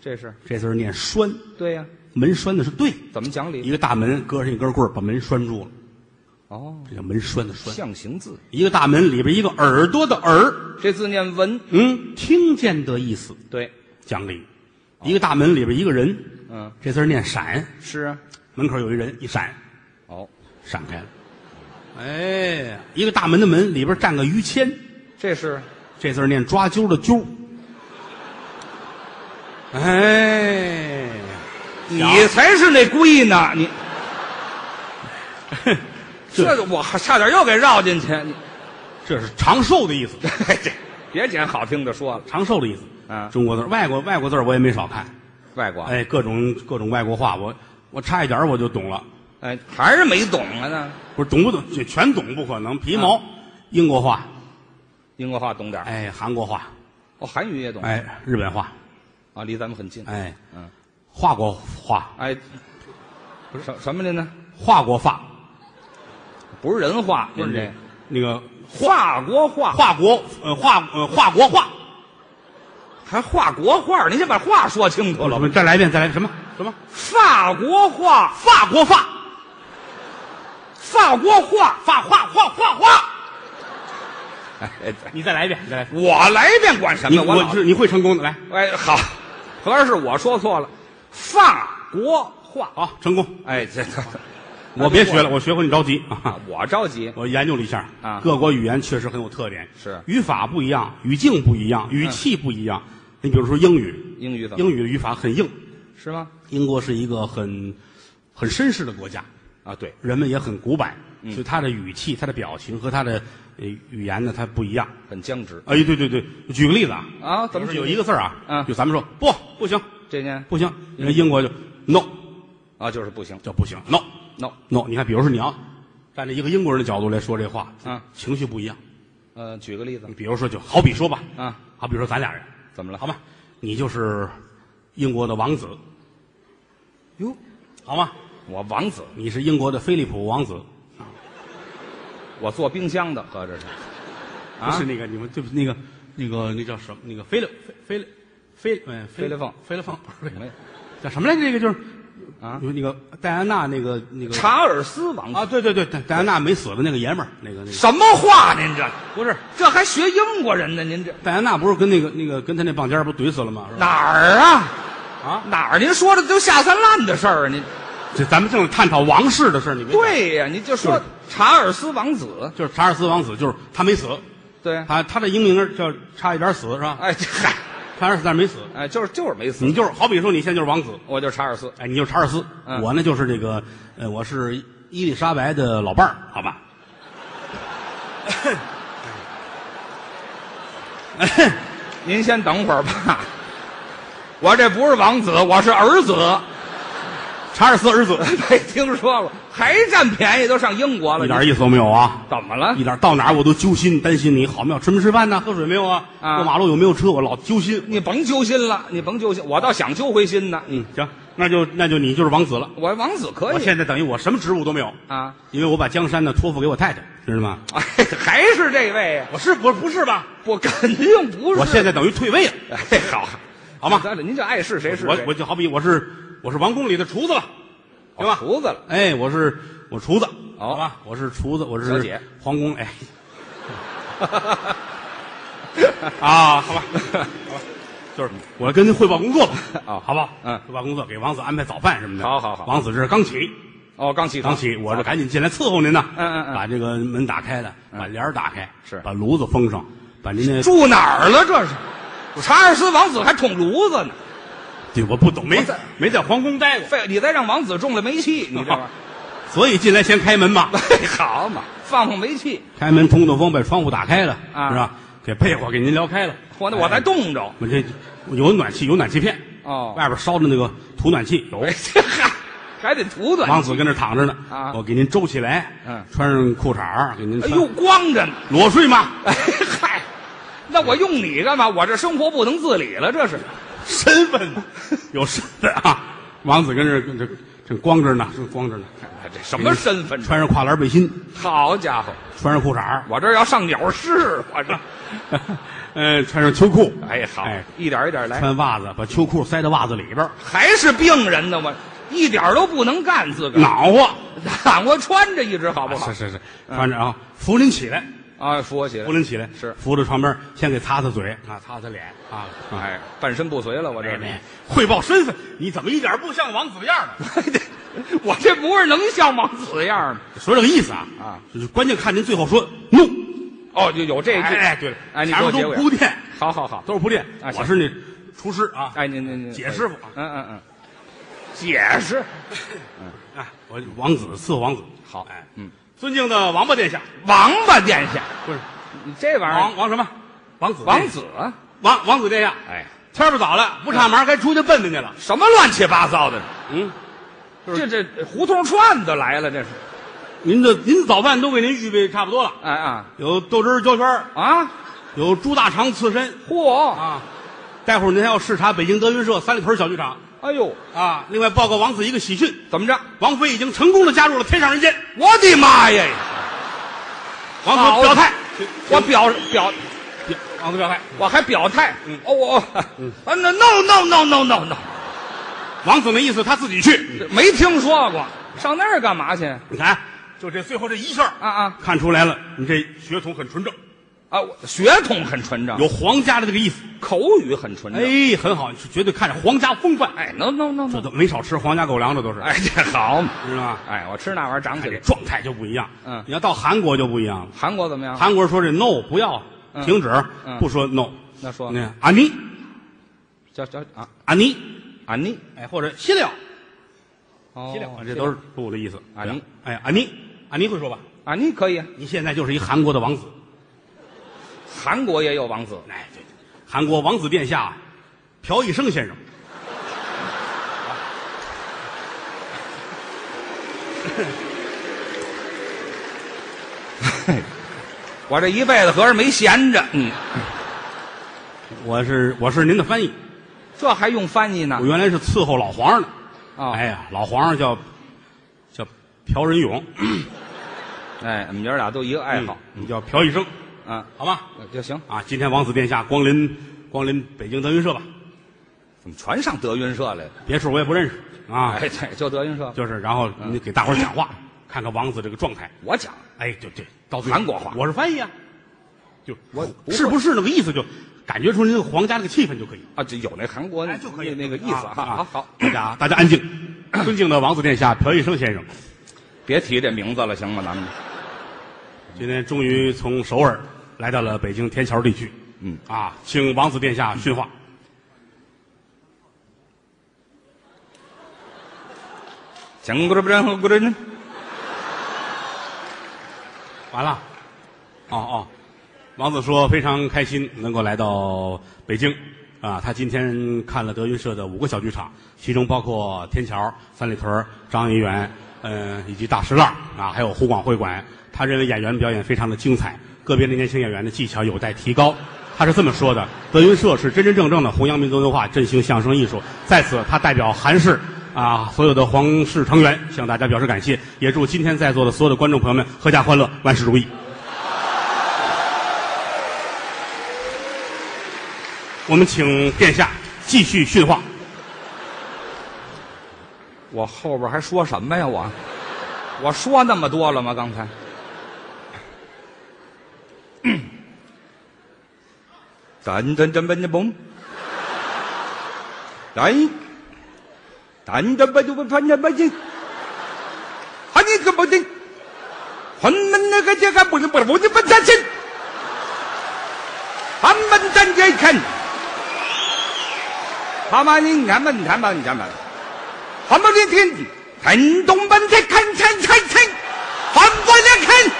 [SPEAKER 2] 这是
[SPEAKER 1] 这字儿念栓。
[SPEAKER 2] 对呀、
[SPEAKER 1] 门栓的是对，
[SPEAKER 2] 怎么讲
[SPEAKER 1] 一
[SPEAKER 2] 理？
[SPEAKER 1] 个大门搁上一根棍儿把门拴住了，
[SPEAKER 2] 哦，
[SPEAKER 1] 这叫门栓的栓。
[SPEAKER 2] 象形字，
[SPEAKER 1] 一个大门里边一个耳朵的耳，
[SPEAKER 2] 这字念文，
[SPEAKER 1] 嗯，听见的意思，
[SPEAKER 2] 对，
[SPEAKER 1] 讲理。一个大门里边一个人，
[SPEAKER 2] 嗯，
[SPEAKER 1] 这字儿念闪，
[SPEAKER 2] 是啊，
[SPEAKER 1] 门口有一人，一闪，
[SPEAKER 2] 哦，
[SPEAKER 1] 闪开了。哎，一个大门的门里边站个于谦，
[SPEAKER 2] 这是
[SPEAKER 1] 这字儿念抓阄的阄。哎，
[SPEAKER 2] 你才是那龟呢，你。
[SPEAKER 1] 这
[SPEAKER 2] 这个我还差点又给绕进去，你
[SPEAKER 1] 这是长寿的意思，
[SPEAKER 2] 哎这 别捡好听的说了。
[SPEAKER 1] 长寿的意思。
[SPEAKER 2] 啊
[SPEAKER 1] 中国字儿，外国外国字儿我也没少看，
[SPEAKER 2] 外国，
[SPEAKER 1] 哎，各种各种外国话，我我差一点儿我就懂了，
[SPEAKER 2] 哎，还是没懂啊呢。
[SPEAKER 1] 不是懂不懂？这全懂不可能，皮毛，英国话，
[SPEAKER 2] 英国话懂点儿，
[SPEAKER 1] 哎，韩国话，
[SPEAKER 2] 哦，韩语也懂，
[SPEAKER 1] 哎，日本话，
[SPEAKER 2] 啊，离咱们很近。
[SPEAKER 1] 哎，
[SPEAKER 2] 嗯，
[SPEAKER 1] 华国话，
[SPEAKER 2] 哎，不是什什么的呢？
[SPEAKER 1] 华国话，
[SPEAKER 2] 不是人话，
[SPEAKER 1] 不
[SPEAKER 2] 您
[SPEAKER 1] 是
[SPEAKER 2] 这
[SPEAKER 1] 那个
[SPEAKER 2] 华国话
[SPEAKER 1] 华国呃华呃华国话，
[SPEAKER 2] 还华国话，您先把话说清楚
[SPEAKER 1] 我
[SPEAKER 2] 了
[SPEAKER 1] 们。再来一遍，再来一遍什么什么
[SPEAKER 2] 法国话，
[SPEAKER 1] 法国话，
[SPEAKER 2] 法国话，
[SPEAKER 1] 法话话话话，
[SPEAKER 2] 哎，哎
[SPEAKER 1] 你再来一遍，再来一遍，
[SPEAKER 2] 我来一遍管什
[SPEAKER 1] 你
[SPEAKER 2] 么？我
[SPEAKER 1] 我
[SPEAKER 2] 老
[SPEAKER 1] 是你会成功的，来，
[SPEAKER 2] 哎好，合着是我说错了，法国话。
[SPEAKER 1] 好，成功，
[SPEAKER 2] 哎， 这这，
[SPEAKER 1] 我别学了，我学会你着 急啊。
[SPEAKER 2] 我着急。
[SPEAKER 1] 我研究了一下
[SPEAKER 2] 啊
[SPEAKER 1] 各国语言确实很有特点，
[SPEAKER 2] 是
[SPEAKER 1] 语法不一样，语境不一样，语气不一样。你比如说英语，
[SPEAKER 2] 英语怎么
[SPEAKER 1] 英语的语法很硬，
[SPEAKER 2] 是吗？
[SPEAKER 1] 英国是一个很很绅士的国家，
[SPEAKER 2] 啊，对，
[SPEAKER 1] 人们也很古板，所以他的语气、他的表情和他的呃语言呢，它不一样。
[SPEAKER 2] 很僵直
[SPEAKER 1] 哎，对对对，举个例子啊，
[SPEAKER 2] 啊。怎么
[SPEAKER 1] 比如说有一个字儿啊，
[SPEAKER 2] 嗯
[SPEAKER 1] 就咱们说不不行
[SPEAKER 2] 这件
[SPEAKER 1] 不行，人英国就 no
[SPEAKER 2] 啊，就是不行
[SPEAKER 1] 叫不行 no
[SPEAKER 2] ，no，
[SPEAKER 1] no，你看，比如说你要站在一个英国人的角度来说这话，
[SPEAKER 2] 嗯
[SPEAKER 1] 情绪不一样。
[SPEAKER 2] 呃，举个例子
[SPEAKER 1] 你比如说，就好比说吧，
[SPEAKER 2] 啊，
[SPEAKER 1] 好比说咱俩人，
[SPEAKER 2] 怎么了？
[SPEAKER 1] 好吧，你就是英国的王子，
[SPEAKER 2] 哟，
[SPEAKER 1] 好吗？
[SPEAKER 2] 我王子，
[SPEAKER 1] 你是英国的菲利普王子，
[SPEAKER 2] 我做冰箱的，合着是
[SPEAKER 1] 不
[SPEAKER 2] 啊
[SPEAKER 1] 是那个你们对不那个那个那叫什么？那个菲利菲菲菲嗯
[SPEAKER 2] 菲利凤
[SPEAKER 1] 菲利凤不是
[SPEAKER 2] 没
[SPEAKER 1] 叫什么来着？那个就是
[SPEAKER 2] 啊
[SPEAKER 1] 有那个戴安娜那个那个
[SPEAKER 2] 查尔斯王
[SPEAKER 1] 啊，
[SPEAKER 2] 子。
[SPEAKER 1] 对对对，戴戴安娜没死的那个爷们儿，那个那个
[SPEAKER 2] 什么话？您这
[SPEAKER 1] 不是
[SPEAKER 2] 这还学英国人呢？您这
[SPEAKER 1] 戴安娜不是跟那个那个跟他那棒尖儿不怼死了吗？是吧？
[SPEAKER 2] 哪儿啊？
[SPEAKER 1] 啊，
[SPEAKER 2] 哪儿？您说的都下三滥的事儿啊！您
[SPEAKER 1] 这咱们正探讨王室的事儿，你别管，
[SPEAKER 2] 对呀、您就说
[SPEAKER 1] 是
[SPEAKER 2] 查尔斯王子，
[SPEAKER 1] 就是查尔斯王子，就是他没死。
[SPEAKER 2] 对呀、
[SPEAKER 1] 他他这英名叫差一点死是吧？
[SPEAKER 2] 哎，这嗨，
[SPEAKER 1] 差点死但是没死。
[SPEAKER 2] 哎，就是就是没死，
[SPEAKER 1] 你就是好比说你现在就是王子，
[SPEAKER 2] 我就查尔斯。
[SPEAKER 1] 哎，你就是查尔斯，
[SPEAKER 2] 嗯
[SPEAKER 1] 我呢就是这个，呃，我是伊丽莎白的老伴儿，好吧？
[SPEAKER 2] 您先等会儿吧，我这不是王子，我是儿子。
[SPEAKER 1] 查尔斯儿 子，
[SPEAKER 2] 没哎听说过，还占便宜都上英国了？
[SPEAKER 1] 一点意思都没有啊！
[SPEAKER 2] 怎么了
[SPEAKER 1] 一？点到哪儿我都揪心，担心你好没有，吃没吃饭呢？喝水没有啊？
[SPEAKER 2] 啊
[SPEAKER 1] 过马路有没有车？我老揪心。
[SPEAKER 2] 你甭揪心了，你甭揪心，我倒想揪回心呢。
[SPEAKER 1] 嗯，行，那就那就你就是王子了。
[SPEAKER 2] 我王子可
[SPEAKER 1] 我
[SPEAKER 2] 以
[SPEAKER 1] 现在等于我什么职务都没有，
[SPEAKER 2] 啊，
[SPEAKER 1] 因为我把江山呢托付给我太太，知道吗？
[SPEAKER 2] 哎，还是这位呀？
[SPEAKER 1] 我是不不是吧？
[SPEAKER 2] 我肯定不是。
[SPEAKER 1] 我现在等于退位了，
[SPEAKER 2] 哎，好，
[SPEAKER 1] 好吗？
[SPEAKER 2] 咱俩您就爱是谁是谁。
[SPEAKER 1] 我我就好比我是我是王宫里的厨子了，对吧？
[SPEAKER 2] 厨子了，
[SPEAKER 1] 哎，我是我厨子，
[SPEAKER 2] 哦
[SPEAKER 1] 好吧，我是厨子，我是
[SPEAKER 2] 小姐
[SPEAKER 1] 皇宫， 哎，啊，好吧，好吧，就是我跟您汇报工作吧，
[SPEAKER 2] 哦
[SPEAKER 1] 好吧，
[SPEAKER 2] 嗯
[SPEAKER 1] 汇报工作，给王子安排早饭什么的，
[SPEAKER 2] 好好好
[SPEAKER 1] 王子这是刚起，
[SPEAKER 2] 哦，刚起
[SPEAKER 1] 刚
[SPEAKER 2] 床
[SPEAKER 1] 起，我这赶紧进来伺候您呢，
[SPEAKER 2] 嗯嗯嗯嗯
[SPEAKER 1] 把这个门打开了，把帘儿打开，
[SPEAKER 2] 是
[SPEAKER 1] 把炉子封上，把您那，
[SPEAKER 2] 住哪儿了？这是查尔斯王子还捅炉子呢？
[SPEAKER 1] 对，我不懂，没
[SPEAKER 2] 我在
[SPEAKER 1] 没在皇宫待过，
[SPEAKER 2] 废，你再让王子中了煤气，你 这玩意儿。
[SPEAKER 1] 所以进来先开门吧。
[SPEAKER 2] 哎，好嘛，放放煤气，
[SPEAKER 1] 开门通通风，把窗户打开了，
[SPEAKER 2] 啊
[SPEAKER 1] 是吧？给被窝给您撩开了，
[SPEAKER 2] 我那我才冻着。
[SPEAKER 1] 我这有暖气，有暖气片，
[SPEAKER 2] 哦
[SPEAKER 1] 外边烧的那个土暖气有
[SPEAKER 2] 哎，。这还还得涂的。
[SPEAKER 1] 王子跟那躺着呢，
[SPEAKER 2] 啊
[SPEAKER 1] 我给您周起来，
[SPEAKER 2] 嗯
[SPEAKER 1] 穿上裤衩儿给您
[SPEAKER 2] 哎
[SPEAKER 1] 穿，
[SPEAKER 2] 呦，光着呢。
[SPEAKER 1] 裸睡 吗？
[SPEAKER 2] 哎嗨，那我用你干嘛？我这生活不能自理了，这是。
[SPEAKER 1] 身份有身份啊！王子跟这跟这这光着呢，正光着呢，
[SPEAKER 2] 哎这什么身份？
[SPEAKER 1] 穿上跨栏背心，
[SPEAKER 2] 好家伙，
[SPEAKER 1] 穿上裤衩儿
[SPEAKER 2] 我这要上鸟市，我这。
[SPEAKER 1] 呃，穿上秋裤，
[SPEAKER 2] 哎，好
[SPEAKER 1] 哎，
[SPEAKER 2] 一点一点来，
[SPEAKER 1] 穿袜子，把秋裤塞到袜子里边儿，
[SPEAKER 2] 还是病人呢，我一点都不能干自个儿。
[SPEAKER 1] 暖和。
[SPEAKER 2] 让我穿着一只好不好
[SPEAKER 1] 啊是？是是，穿着啊，扶您起来。
[SPEAKER 2] 啊，扶我起来
[SPEAKER 1] 扶。您起来，
[SPEAKER 2] 嗯是
[SPEAKER 1] 扶着床边，先给擦擦嘴啊，擦擦脸啊，啊哎
[SPEAKER 2] 哎，半身不遂了，我这
[SPEAKER 1] 妹
[SPEAKER 2] 是。
[SPEAKER 1] 妹汇报身份，你怎么一点不像王子样呢？
[SPEAKER 2] 我这不是能像王子样吗？
[SPEAKER 1] 说这个意思啊
[SPEAKER 2] 啊，
[SPEAKER 1] 就是关键看您最后说 no，
[SPEAKER 2] 哦，就有这一句。
[SPEAKER 1] 哎对了，
[SPEAKER 2] 哎，你
[SPEAKER 1] 前
[SPEAKER 2] 给我
[SPEAKER 1] 面
[SPEAKER 2] 结
[SPEAKER 1] 都
[SPEAKER 2] 尾
[SPEAKER 1] 是。铺垫，
[SPEAKER 2] 好好好，
[SPEAKER 1] 都是铺垫
[SPEAKER 2] 啊，行哎
[SPEAKER 1] 我是那厨师啊，
[SPEAKER 2] 哎，您您您，
[SPEAKER 1] 解师傅啊
[SPEAKER 2] 嗯嗯嗯，解释。
[SPEAKER 1] 啊，我王子伺候王子。
[SPEAKER 2] 嗯好
[SPEAKER 1] 哎，
[SPEAKER 2] 嗯，
[SPEAKER 1] 尊敬的王八殿下，
[SPEAKER 2] 王八殿下，
[SPEAKER 1] 不是
[SPEAKER 2] 你这玩意
[SPEAKER 1] 王
[SPEAKER 2] 儿，
[SPEAKER 1] 王什么？王子
[SPEAKER 2] 哎王
[SPEAKER 1] 王
[SPEAKER 2] 子啊，
[SPEAKER 1] 王王子殿下，
[SPEAKER 2] 哎，
[SPEAKER 1] 天儿不早了，不差忙，该出去奔奔去了。
[SPEAKER 2] 什么乱七八糟的？
[SPEAKER 1] 嗯，
[SPEAKER 2] 这这胡同串子来了，这是。
[SPEAKER 1] 您的您的早饭都给您预备差不多了，
[SPEAKER 2] 哎啊
[SPEAKER 1] 有豆汁儿焦圈儿，
[SPEAKER 2] 啊！
[SPEAKER 1] 有猪大肠刺身
[SPEAKER 2] 嚯！
[SPEAKER 1] 啊。待会儿您还要视察北京德云社三里屯小剧场
[SPEAKER 2] 哎呦，
[SPEAKER 1] 啊。另外报告王子一个喜讯，
[SPEAKER 2] 怎么着？
[SPEAKER 1] 王菲已经成功的加入了天上人间。
[SPEAKER 2] 我的妈呀！
[SPEAKER 1] 王
[SPEAKER 2] 啊
[SPEAKER 1] 啊子表态，
[SPEAKER 2] 我表表，
[SPEAKER 1] 表王子表态，
[SPEAKER 2] 我还表态。
[SPEAKER 1] 嗯
[SPEAKER 2] 哦，我啊，no no no no no no，
[SPEAKER 1] 王子那意思他自己去。
[SPEAKER 2] 没听说过，上那儿干嘛去？
[SPEAKER 1] 你看，就这最后这一下
[SPEAKER 2] 啊啊
[SPEAKER 1] 看出来了，你这血统很纯正，
[SPEAKER 2] 啊！我血统很纯正，
[SPEAKER 1] 有皇家的这个意思。
[SPEAKER 2] 口语很纯正。
[SPEAKER 1] 哎，很好，绝对看着皇家风范。
[SPEAKER 2] 哎，no no no
[SPEAKER 1] 这
[SPEAKER 2] no，
[SPEAKER 1] 都没少吃皇家狗粮，这都是，
[SPEAKER 2] 哎，这好嘛！
[SPEAKER 1] 知道吗？
[SPEAKER 2] 哎，我吃那玩意儿长
[SPEAKER 1] 看
[SPEAKER 2] 起
[SPEAKER 1] 这
[SPEAKER 2] 来。
[SPEAKER 1] 状态就不一样。
[SPEAKER 2] 嗯
[SPEAKER 1] 你要到韩国就不一样了。
[SPEAKER 2] 韩国怎么样？
[SPEAKER 1] 韩国说这 no 不要，啊
[SPEAKER 2] 嗯
[SPEAKER 1] 停止
[SPEAKER 2] 嗯，
[SPEAKER 1] 不说 no。
[SPEAKER 2] 那说
[SPEAKER 1] 那阿尼
[SPEAKER 2] 叫叫啊，
[SPEAKER 1] 阿尼，
[SPEAKER 2] 安妮，
[SPEAKER 1] 哎，或者西料，
[SPEAKER 2] 哦
[SPEAKER 1] 西料，这都是不的意思。
[SPEAKER 2] 安妮
[SPEAKER 1] 哎，阿尼，阿尼会说吧？
[SPEAKER 2] 安妮可以。啊
[SPEAKER 1] 你现在就是一韩国的王子。
[SPEAKER 2] 韩国也有王子，
[SPEAKER 1] 哎，对，韩国王子殿下，朴一生先生。
[SPEAKER 2] 我这一辈子合着没闲着。嗯，
[SPEAKER 1] 我是我是您的翻译，
[SPEAKER 2] 这还用翻译呢
[SPEAKER 1] 我？原来是伺候老皇上的。
[SPEAKER 2] 哦
[SPEAKER 1] 哎呀，老皇上叫叫朴仁勇，
[SPEAKER 2] 哎，我们爷儿俩都一个爱好，
[SPEAKER 1] 嗯，你叫朴一生，
[SPEAKER 2] 啊，
[SPEAKER 1] 好吗？
[SPEAKER 2] 就行。
[SPEAKER 1] 啊，今天王子殿下光临光临北京德云社吧，
[SPEAKER 2] 怎么全上德云社来了？
[SPEAKER 1] 别处我也不认识啊，
[SPEAKER 2] 哎，对，就德云社。
[SPEAKER 1] 就是然后你给大伙儿讲话，看看王子这个状态。
[SPEAKER 2] 我讲，
[SPEAKER 1] 哎，对对，到
[SPEAKER 2] 韩国话
[SPEAKER 1] 我是翻译啊，就
[SPEAKER 2] 我不会
[SPEAKER 1] 是不是那个意思，就感觉出您皇家这个气氛就可以。
[SPEAKER 2] 啊，就有那韩国那
[SPEAKER 1] 哎，就可以
[SPEAKER 2] 那那个意思啊。好好，
[SPEAKER 1] 大家大家安静。尊敬的王子殿下，朴医生先生，
[SPEAKER 2] 别提这名字了，行吗？咱们
[SPEAKER 1] 今天终于从首尔来到了北京天桥地区。
[SPEAKER 2] 嗯
[SPEAKER 1] 啊，请王子殿下训话。
[SPEAKER 2] 讲咕噜不噜咕噜噜
[SPEAKER 1] 完了，哦哦，王子说非常开心能够来到北京。啊，他今天看了德云社的五个小剧场，其中包括天桥、三里屯、张一元，嗯、以及大石栏啊，还有湖广会馆。他认为演员表演非常的精彩，个别的年轻演员的技巧有待提高。他是这么说的：德云社是真真正正的弘扬民族文化、振兴相声艺术。在此，他代表韩氏啊所有的皇室成员向大家表示感谢，也祝今天在座的所有的观众朋友们阖家欢乐，万事如意。我们请殿下继续训话。
[SPEAKER 2] 我后边还说什么呀？我我说那么多了吗？刚才。 噔噔噔噔噔嘣，来，噔噔噔噔噔噔噔噔，喊你个不听，喊们那个这个不是不是不是不相信，俺们站着看，他妈你俺们他妈你他妈。韩国人听，很东门在看看看看，韩国人看。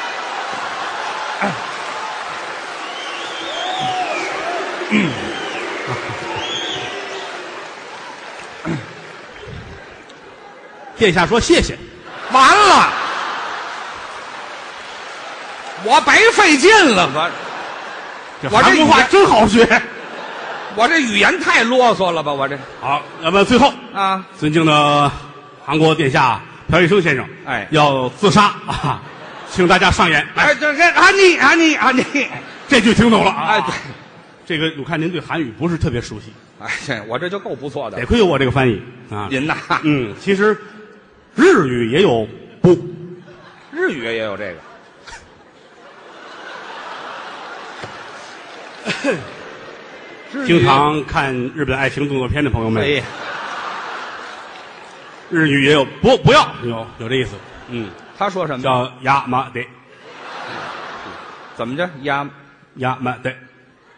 [SPEAKER 1] 殿下说谢谢。
[SPEAKER 2] 完了，我白费劲了，我
[SPEAKER 1] 这
[SPEAKER 2] 我这
[SPEAKER 1] 韩国话
[SPEAKER 2] 语言
[SPEAKER 1] 真好学。
[SPEAKER 2] 我这语言太啰嗦了吧，我这
[SPEAKER 1] 好，那么最后，
[SPEAKER 2] 啊，
[SPEAKER 1] 尊敬的韩国殿下朴医生先生，
[SPEAKER 2] 哎
[SPEAKER 1] 要自杀啊，请大家上演。来，
[SPEAKER 2] 哎，这这啊你啊你啊你，
[SPEAKER 1] 这句听懂了啊？
[SPEAKER 2] 哎对，
[SPEAKER 1] 这个我看您对韩语不是特别熟悉，
[SPEAKER 2] 哎，这我这就够不错的
[SPEAKER 1] 得，亏有我这个翻译啊。
[SPEAKER 2] 您呐，
[SPEAKER 1] 嗯，其实日语也有不，
[SPEAKER 2] 日语也有这个，日语
[SPEAKER 1] 经常看日本爱情动作片的朋友们，
[SPEAKER 2] 哎，
[SPEAKER 1] 日语也有不不要有有这意思，嗯，
[SPEAKER 2] 他说什么？
[SPEAKER 1] 叫亚麻得
[SPEAKER 2] 怎么着亚
[SPEAKER 1] 亚麻得。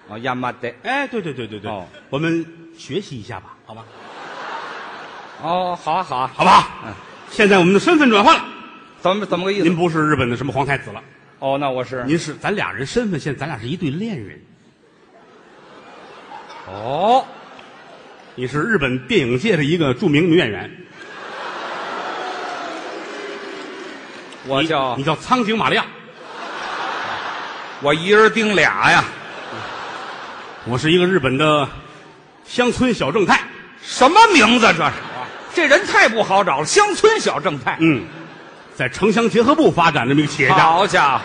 [SPEAKER 2] 哦亚麻得
[SPEAKER 1] 哎，对对对对对，
[SPEAKER 2] 哦
[SPEAKER 1] 我们学习一下吧，好吧？
[SPEAKER 2] 哦，好啊，好啊，
[SPEAKER 1] 好不好？现在我们的身份转换了，
[SPEAKER 2] 怎么怎么个意思？
[SPEAKER 1] 您不是日本的什么皇太子了，
[SPEAKER 2] 哦，那我是
[SPEAKER 1] 您是咱俩人身份，现在咱俩是一对恋人。
[SPEAKER 2] 哦，
[SPEAKER 1] 你是日本电影界的一个著名女演员，
[SPEAKER 2] 我
[SPEAKER 1] 你
[SPEAKER 2] 叫
[SPEAKER 1] 你叫苍井玛利亚，
[SPEAKER 2] 我一人盯俩呀，
[SPEAKER 1] 我是一个日本的乡村小正太。
[SPEAKER 2] 什么名字这是？啊这人太不好找了，乡村小正太。
[SPEAKER 1] 嗯，在城乡结合部发展这么一个企业家。
[SPEAKER 2] 好家伙，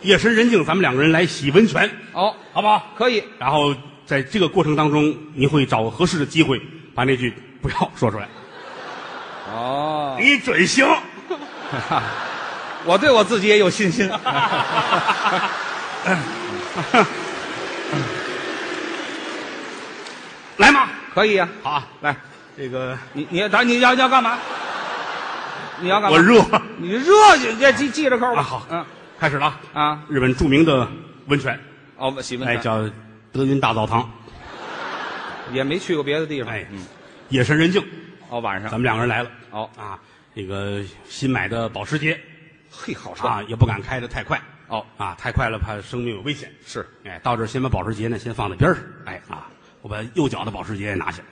[SPEAKER 1] 夜深人静，咱们两个人来洗温泉，
[SPEAKER 2] 哦，
[SPEAKER 1] 好不好？
[SPEAKER 2] 可以，
[SPEAKER 1] 然后在这个过程当中，你会找合适的机会把那句“不要”说出来。
[SPEAKER 2] 哦，
[SPEAKER 1] 你准行，
[SPEAKER 2] 我对我自己也有 信心。
[SPEAKER 1] 来嘛！
[SPEAKER 2] 可以呀、
[SPEAKER 1] 好啊，
[SPEAKER 2] 来，
[SPEAKER 1] 这个
[SPEAKER 2] 你你等你要你要干嘛？你要干嘛？
[SPEAKER 1] 我热
[SPEAKER 2] 你热就这记记着扣吧。
[SPEAKER 1] 啊，好，
[SPEAKER 2] 嗯
[SPEAKER 1] 开始了啊。
[SPEAKER 2] 啊，
[SPEAKER 1] 日本著名的温泉，
[SPEAKER 2] 哦，洗温
[SPEAKER 1] 哎，
[SPEAKER 2] 泉
[SPEAKER 1] 叫德云大澡堂。
[SPEAKER 2] 也没去过别的地方。
[SPEAKER 1] 哎，夜深人静，
[SPEAKER 2] 哦，晚
[SPEAKER 1] 咱
[SPEAKER 2] 上
[SPEAKER 1] 们两个人来了。
[SPEAKER 2] 哦
[SPEAKER 1] 啊，那个新买的保时捷
[SPEAKER 2] 嘿，好车、
[SPEAKER 1] 啊，也不敢开的太快。
[SPEAKER 2] 哦，
[SPEAKER 1] 啊，太快了怕生命有危险。
[SPEAKER 2] 是
[SPEAKER 1] 哎，到这儿先把保时捷呢先放在边上。哎啊，我把右脚的保时捷也拿下来，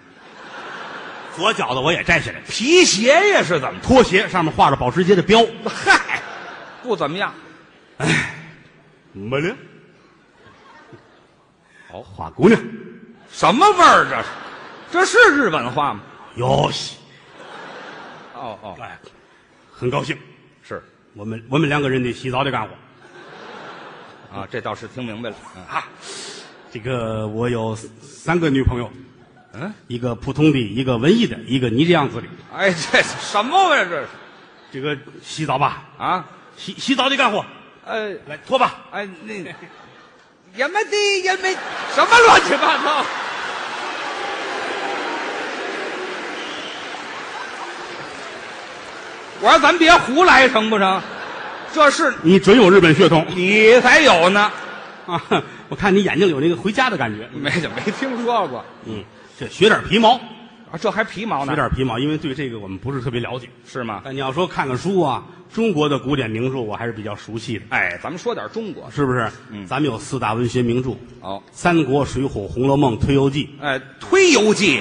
[SPEAKER 1] 左脚的我也摘下来。
[SPEAKER 2] 皮鞋呀，是怎么？
[SPEAKER 1] 拖鞋上面画着保时捷的标，
[SPEAKER 2] 嗨，不怎么样。
[SPEAKER 1] 没了。
[SPEAKER 2] 好
[SPEAKER 1] 花姑娘，
[SPEAKER 2] 什么味儿这是？这是日本话吗？
[SPEAKER 1] 哟西，
[SPEAKER 2] 哦哦，
[SPEAKER 1] 哎，很高兴，
[SPEAKER 2] 是
[SPEAKER 1] 我们我们两个人得洗澡得干活。
[SPEAKER 2] 啊，这倒是听明白了。嗯
[SPEAKER 1] 啊，这个我有三个女朋友，
[SPEAKER 2] 嗯，
[SPEAKER 1] 一个普通的，一个文艺的，一个你这样子的。
[SPEAKER 2] 哎，这什么味儿这是？
[SPEAKER 1] 这个洗澡吧，
[SPEAKER 2] 啊，
[SPEAKER 1] 洗洗澡得干活，
[SPEAKER 2] 呃，
[SPEAKER 1] 来脱吧，
[SPEAKER 2] 哎，那也没的也没什么乱七八糟。我说咱别胡来成不成？这是
[SPEAKER 1] 你准有日本血统
[SPEAKER 2] 你才有呢，
[SPEAKER 1] 啊！ 我看你眼睛里有那个回家的感觉，
[SPEAKER 2] 没没听说过
[SPEAKER 1] 嗯，这学点皮毛，
[SPEAKER 2] 啊，这还皮毛
[SPEAKER 1] 学
[SPEAKER 2] 呢？
[SPEAKER 1] 点皮毛，因为对这个我们不是特别了解。
[SPEAKER 2] 是吗？
[SPEAKER 1] 但你要说看看书啊，中国的古典名著我还是比较熟悉的，
[SPEAKER 2] 哎，咱们说点中国
[SPEAKER 1] 是不是？嗯，咱们有四大文学名著，《
[SPEAKER 2] 哦，
[SPEAKER 1] 三国》《水浒》《红楼梦》《推游记
[SPEAKER 2] 哎，推游记，》，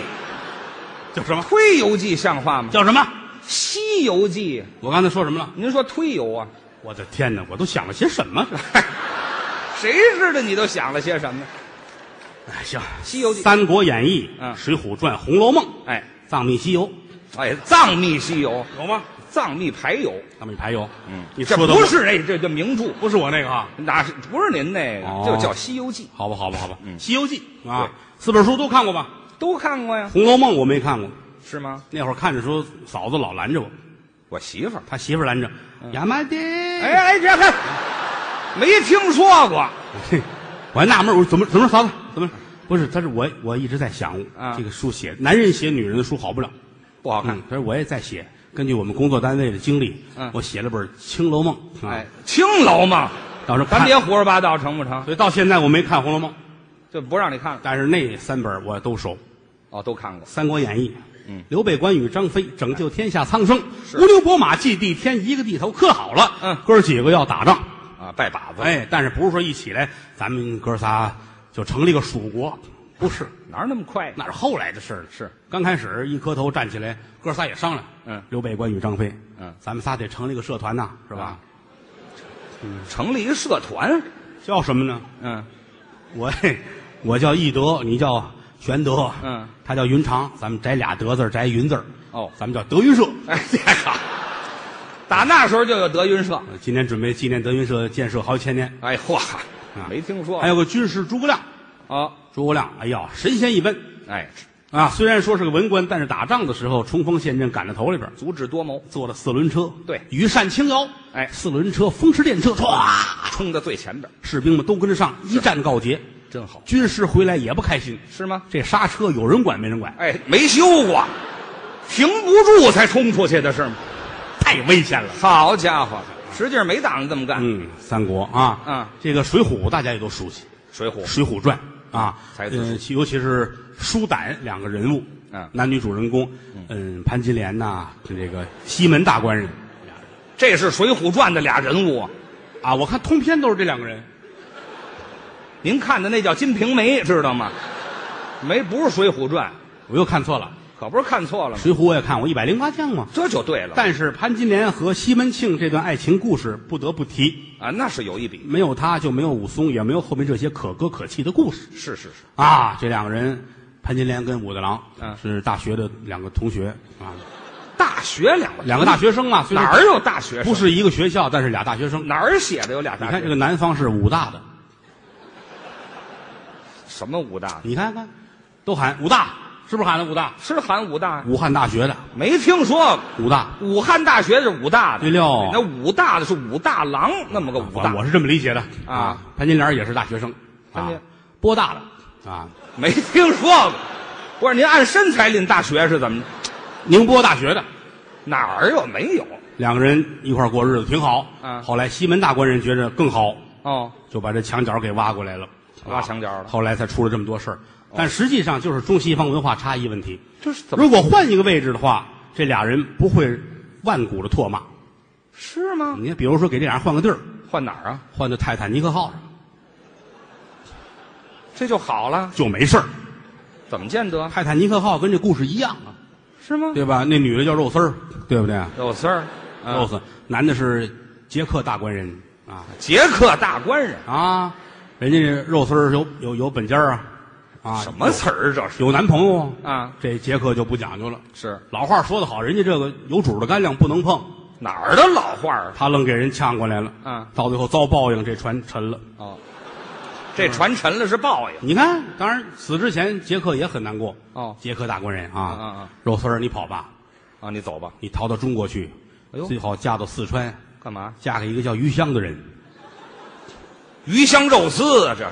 [SPEAKER 1] 叫什么？
[SPEAKER 2] 推游记像话吗？
[SPEAKER 1] 叫什么？
[SPEAKER 2] 西游记，
[SPEAKER 1] 我刚才说什么了？
[SPEAKER 2] 您说推游啊？
[SPEAKER 1] 我的天哪，我都想了些什么？
[SPEAKER 2] 谁知道你都想了些什么？
[SPEAKER 1] 哎，行，《
[SPEAKER 2] 西游记
[SPEAKER 1] 三国演义》
[SPEAKER 2] 嗯
[SPEAKER 1] 水浒传》《红楼梦》《
[SPEAKER 2] 哎
[SPEAKER 1] 藏秘西游》
[SPEAKER 2] 哎，藏秘西游，
[SPEAKER 1] 有吗？
[SPEAKER 2] 藏秘排游，
[SPEAKER 1] 藏秘排有。嗯你
[SPEAKER 2] 这
[SPEAKER 1] 说的
[SPEAKER 2] 不是那这叫名著，
[SPEAKER 1] 不是我那个啊？
[SPEAKER 2] 哪是不是您那个，
[SPEAKER 1] 哦
[SPEAKER 2] 就叫《西游记
[SPEAKER 1] 好吧，好吧，好吧，西游记》啊
[SPEAKER 2] 嗯对，
[SPEAKER 1] 四本书都看过吧？》，
[SPEAKER 2] 都看过呀，
[SPEAKER 1] 《红楼梦》我没看过，
[SPEAKER 2] 是吗？
[SPEAKER 1] 那会儿看的时候，嫂子老拦着我，
[SPEAKER 2] 我媳妇儿，
[SPEAKER 1] 她媳妇儿拦着，亚麻的，
[SPEAKER 2] 嗯哎哎，这还没听说过，
[SPEAKER 1] 嘿，我还纳闷儿，我说怎么怎么着嫂子怎么着？不是，但是我我一直在想
[SPEAKER 2] 啊，
[SPEAKER 1] 这个书写男人写女人的书好不了，
[SPEAKER 2] 不好看
[SPEAKER 1] 嗯，。可是我也在写。根据我们工作单位的经历，
[SPEAKER 2] 嗯
[SPEAKER 1] 我写了本《青楼梦》啊，
[SPEAKER 2] 哎，青楼嘛，
[SPEAKER 1] 到时候
[SPEAKER 2] 咱
[SPEAKER 1] 看
[SPEAKER 2] 别胡说八道，成不成？
[SPEAKER 1] 所以到现在我没看《红楼梦》，
[SPEAKER 2] 就不让你看了。
[SPEAKER 1] 但是那三本我都熟，《
[SPEAKER 2] 哦，都看过。
[SPEAKER 1] 三国演义》。
[SPEAKER 2] 嗯，
[SPEAKER 1] 刘备、关羽、张飞拯救天下苍生，乌牛伯马祭地天，一个地头刻好了。
[SPEAKER 2] 嗯
[SPEAKER 1] 哥儿几个要打仗，
[SPEAKER 2] 啊，拜把子，
[SPEAKER 1] 哎，但是不是说一起来，咱们哥仨就成立个蜀国？不是，
[SPEAKER 2] 哪儿那么快？
[SPEAKER 1] 那是后来的事儿了。
[SPEAKER 2] 是
[SPEAKER 1] 刚开始一磕头站起来，哥仨也商量。
[SPEAKER 2] 嗯
[SPEAKER 1] 刘备、关羽、张飞，
[SPEAKER 2] 嗯
[SPEAKER 1] 咱们仨得成立个社团呐，是吧？
[SPEAKER 2] 成立一个社团，
[SPEAKER 1] 叫什么呢？
[SPEAKER 2] 嗯，
[SPEAKER 1] 我嘿我叫义德，你叫玄德，
[SPEAKER 2] 嗯，
[SPEAKER 1] 他叫云长，咱们摘俩德字儿，摘云字儿
[SPEAKER 2] 哦
[SPEAKER 1] 咱们叫德云社。
[SPEAKER 2] 哎呀，打那时候就有德云社，
[SPEAKER 1] 呃今年准备纪念德云社建设好几千年，
[SPEAKER 2] 哎嚯
[SPEAKER 1] 啊，
[SPEAKER 2] 没听说
[SPEAKER 1] 还有个军师诸葛亮，
[SPEAKER 2] 啊，
[SPEAKER 1] 诸葛亮，哎呀，神仙一般
[SPEAKER 2] 哎，
[SPEAKER 1] 啊！虽然说是个文官，但是打仗的时候冲锋陷阵赶在头里边儿，
[SPEAKER 2] 足智多谋，
[SPEAKER 1] 坐了四轮车，
[SPEAKER 2] 对
[SPEAKER 1] 羽扇轻摇，
[SPEAKER 2] 哎
[SPEAKER 1] 四轮车风驰电掣，唰，
[SPEAKER 2] 冲到最前边，
[SPEAKER 1] 士兵们都跟着上，一战告捷。
[SPEAKER 2] 真好，
[SPEAKER 1] 军师回来也不开心，
[SPEAKER 2] 是吗？
[SPEAKER 1] 这刹车有人管没人管，
[SPEAKER 2] 哎，没修过，停不住才冲出去的是吗？
[SPEAKER 1] 太危险了。
[SPEAKER 2] 好家伙，实际上没打算这么干。
[SPEAKER 1] 嗯，三国啊，
[SPEAKER 2] 嗯
[SPEAKER 1] 这个《水浒》大家也都熟悉，
[SPEAKER 2] 水
[SPEAKER 1] 《
[SPEAKER 2] 浒
[SPEAKER 1] 水浒传》啊，
[SPEAKER 2] 才子书
[SPEAKER 1] 嗯，其尤其是舒胆两个人物，
[SPEAKER 2] 嗯
[SPEAKER 1] 男女主人公，嗯，潘金莲呐，这个西门大官人，
[SPEAKER 2] 这是《水浒传》的俩人物啊，
[SPEAKER 1] 啊，我看通篇都是这两个人，
[SPEAKER 2] 您看的那叫《金瓶梅》，知道吗？没，不是《水浒传
[SPEAKER 1] 我又看错了，》，
[SPEAKER 2] 可不是看错了
[SPEAKER 1] 《
[SPEAKER 2] 吗？
[SPEAKER 1] 水浒》我也看，我一百零八将嘛。
[SPEAKER 2] 这就对了
[SPEAKER 1] 但是潘金莲和西门庆这段爱情故事不得不提，
[SPEAKER 2] 啊，那是有一比，
[SPEAKER 1] 没有他就没有武松，也没有后面这些可歌可泣的故事
[SPEAKER 2] 是是是，
[SPEAKER 1] 啊。这两个人，潘金莲跟武大郎，
[SPEAKER 2] 嗯
[SPEAKER 1] 是大学的两个同学啊，
[SPEAKER 2] 大学两个
[SPEAKER 1] 两个大学生嘛，虽然
[SPEAKER 2] 嗯哪儿有大学生？
[SPEAKER 1] 不是一个学校，但是俩大学生。
[SPEAKER 2] 哪儿写的有俩
[SPEAKER 1] 你
[SPEAKER 2] 大学？
[SPEAKER 1] 看这个南方是武大的，
[SPEAKER 2] 什么武大？
[SPEAKER 1] 你看看，都喊武大，是不是喊的武大？
[SPEAKER 2] 是喊武大？
[SPEAKER 1] 武汉大学的
[SPEAKER 2] 没听说过。
[SPEAKER 1] 武大，
[SPEAKER 2] 武汉大学是武大的，
[SPEAKER 1] 对了
[SPEAKER 2] 那武大的是武大郎那么个武
[SPEAKER 1] 我
[SPEAKER 2] 大，
[SPEAKER 1] 我是这么理解的
[SPEAKER 2] 啊。
[SPEAKER 1] 潘金莲也是大学生，
[SPEAKER 2] 潘
[SPEAKER 1] 啊
[SPEAKER 2] 金，
[SPEAKER 1] 波大的啊，
[SPEAKER 2] 没听说过。不是您按身材论大学是怎么？
[SPEAKER 1] 宁波大学的，
[SPEAKER 2] 哪儿有没有？
[SPEAKER 1] 两个人一块儿过日子挺好。
[SPEAKER 2] 嗯
[SPEAKER 1] 后来西门大官人觉着更好，
[SPEAKER 2] 哦，
[SPEAKER 1] 就把这墙角给挖过来了，
[SPEAKER 2] 挖
[SPEAKER 1] 啊
[SPEAKER 2] 墙角了哦
[SPEAKER 1] 后来才出了这么多事儿，但实际上就是中西方文化差异问题。
[SPEAKER 2] 这是怎么
[SPEAKER 1] 如果换一个位置的话，这俩人不会万古的唾骂。
[SPEAKER 2] 是吗？
[SPEAKER 1] 你比如说给这俩人换个地儿，
[SPEAKER 2] 换哪儿啊？
[SPEAKER 1] 换到泰坦尼克号上
[SPEAKER 2] 这就好了？
[SPEAKER 1] 就没事儿。
[SPEAKER 2] 怎么见得？
[SPEAKER 1] 泰坦尼克号跟这故事一样啊，
[SPEAKER 2] 是吗？
[SPEAKER 1] 对吧？那女的叫肉丝儿，对不对？
[SPEAKER 2] 有事儿，嗯
[SPEAKER 1] 肉丝，男的是捷克大官人啊
[SPEAKER 2] 捷克大官人，
[SPEAKER 1] 啊，人家这肉丝儿有有有本家儿啊啊，
[SPEAKER 2] 什么词儿这是？
[SPEAKER 1] 有有男朋友
[SPEAKER 2] 啊？
[SPEAKER 1] 这捷克就不讲究了。
[SPEAKER 2] 是
[SPEAKER 1] 老话说得好，人家这个有主的干粮不能碰，
[SPEAKER 2] 哪儿的老话儿啊？
[SPEAKER 1] 他愣给人呛过来了。
[SPEAKER 2] 啊
[SPEAKER 1] 到最后遭报应，这船沉了。
[SPEAKER 2] 哦，这
[SPEAKER 1] 嗯
[SPEAKER 2] 船沉了是报应。
[SPEAKER 1] 你看，当然死之前捷克也很难过。
[SPEAKER 2] 哦
[SPEAKER 1] 捷克大官人啊，
[SPEAKER 2] 嗯嗯嗯
[SPEAKER 1] 肉丝儿，你跑吧，
[SPEAKER 2] 啊，你走吧。
[SPEAKER 1] 你逃到中国去，
[SPEAKER 2] 哎呦
[SPEAKER 1] 最好嫁到四川，
[SPEAKER 2] 干嘛？
[SPEAKER 1] 嫁给一个叫余香的人。
[SPEAKER 2] 鱼香肉丝啊，这是。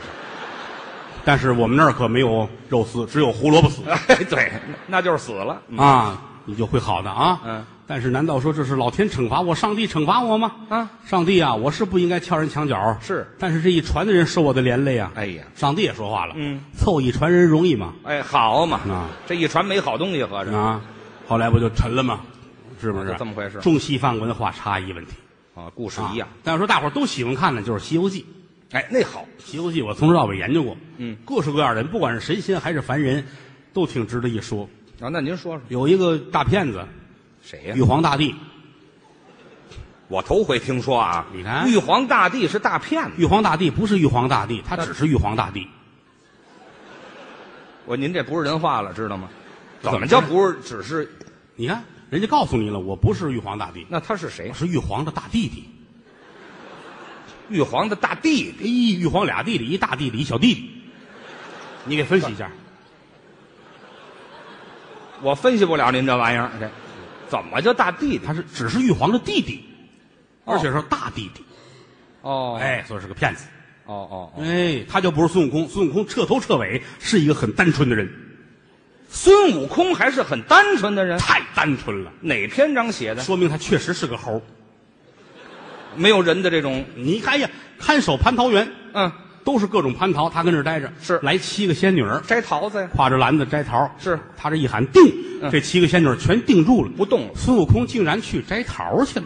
[SPEAKER 1] 但是我们那儿可没有肉丝，只有胡萝卜丝。
[SPEAKER 2] 哎，对，那就是死了。嗯
[SPEAKER 1] 啊，你就会好的啊。
[SPEAKER 2] 嗯。
[SPEAKER 1] 但是难道说这是老天惩罚我，上帝惩罚我吗？
[SPEAKER 2] 啊，
[SPEAKER 1] 上帝啊，我是不应该敲人墙角。
[SPEAKER 2] 是。
[SPEAKER 1] 但是这一船的人受我的连累啊。
[SPEAKER 2] 哎呀
[SPEAKER 1] 上帝也说话了。
[SPEAKER 2] 嗯。
[SPEAKER 1] 凑一船人容易吗？
[SPEAKER 2] 哎，好嘛，
[SPEAKER 1] 啊
[SPEAKER 2] 这一船没好东西，合着
[SPEAKER 1] 啊，后来不就沉了吗？是不是？
[SPEAKER 2] 就这么回事
[SPEAKER 1] 中西方文化差异问题
[SPEAKER 2] 啊，故事
[SPEAKER 1] 啊
[SPEAKER 2] 一样。。
[SPEAKER 1] 但是说大伙儿都喜欢看的就是《西游记》。
[SPEAKER 2] 哎，那好，
[SPEAKER 1] 《西游记》我从头到尾研究过。
[SPEAKER 2] 嗯。
[SPEAKER 1] 各式各样的人，不管是神仙还是凡人，都挺值得一说。
[SPEAKER 2] 啊，那您说说
[SPEAKER 1] 有一个大骗子，
[SPEAKER 2] 谁呀
[SPEAKER 1] 玉？皇大帝。
[SPEAKER 2] 我头回听说啊，
[SPEAKER 1] 你看
[SPEAKER 2] 玉皇大帝是大骗子。
[SPEAKER 1] 玉皇大帝不是玉皇大帝，他
[SPEAKER 2] 那
[SPEAKER 1] 只是玉皇大帝。
[SPEAKER 2] 我您这不是人话了，知道吗？
[SPEAKER 1] 怎
[SPEAKER 2] 怎
[SPEAKER 1] 么
[SPEAKER 2] 么叫
[SPEAKER 1] 着
[SPEAKER 2] 不是？只是
[SPEAKER 1] 你看，人家告诉你了，我不是玉皇大帝，
[SPEAKER 2] 那他是谁
[SPEAKER 1] 我？是玉皇的大弟弟。
[SPEAKER 2] 玉皇的大弟弟。
[SPEAKER 1] 一玉皇俩弟弟，一大弟弟，一小弟弟。你给分析一下，
[SPEAKER 2] 我分析不了您这玩意儿，这怎么叫大弟弟
[SPEAKER 1] 他？是只是玉皇的弟弟，
[SPEAKER 2] 呃哦
[SPEAKER 1] 而且是大弟弟。
[SPEAKER 2] 哦，，
[SPEAKER 1] 哎，所以是个骗子。
[SPEAKER 2] 哦哦哦，
[SPEAKER 1] 哎，他就不是孙悟空，孙悟空彻头彻尾是一个很单纯的人，
[SPEAKER 2] 孙悟空还是很单纯的人。
[SPEAKER 1] 太单纯了，
[SPEAKER 2] 哪篇章写的？
[SPEAKER 1] 说明他确实是个猴儿。
[SPEAKER 2] 没有人的这种，
[SPEAKER 1] 你看哎呀，看守蟠桃园
[SPEAKER 2] 嗯，
[SPEAKER 1] 都是各种蟠桃，他跟这儿待着，
[SPEAKER 2] 是
[SPEAKER 1] 来七个仙女儿，
[SPEAKER 2] 摘桃子呀，
[SPEAKER 1] 挎着篮子摘桃，
[SPEAKER 2] 是
[SPEAKER 1] 他这一喊定，
[SPEAKER 2] 嗯
[SPEAKER 1] 这七个仙女儿全定住了。
[SPEAKER 2] 不动了。
[SPEAKER 1] 孙悟空竟然去摘桃 去了，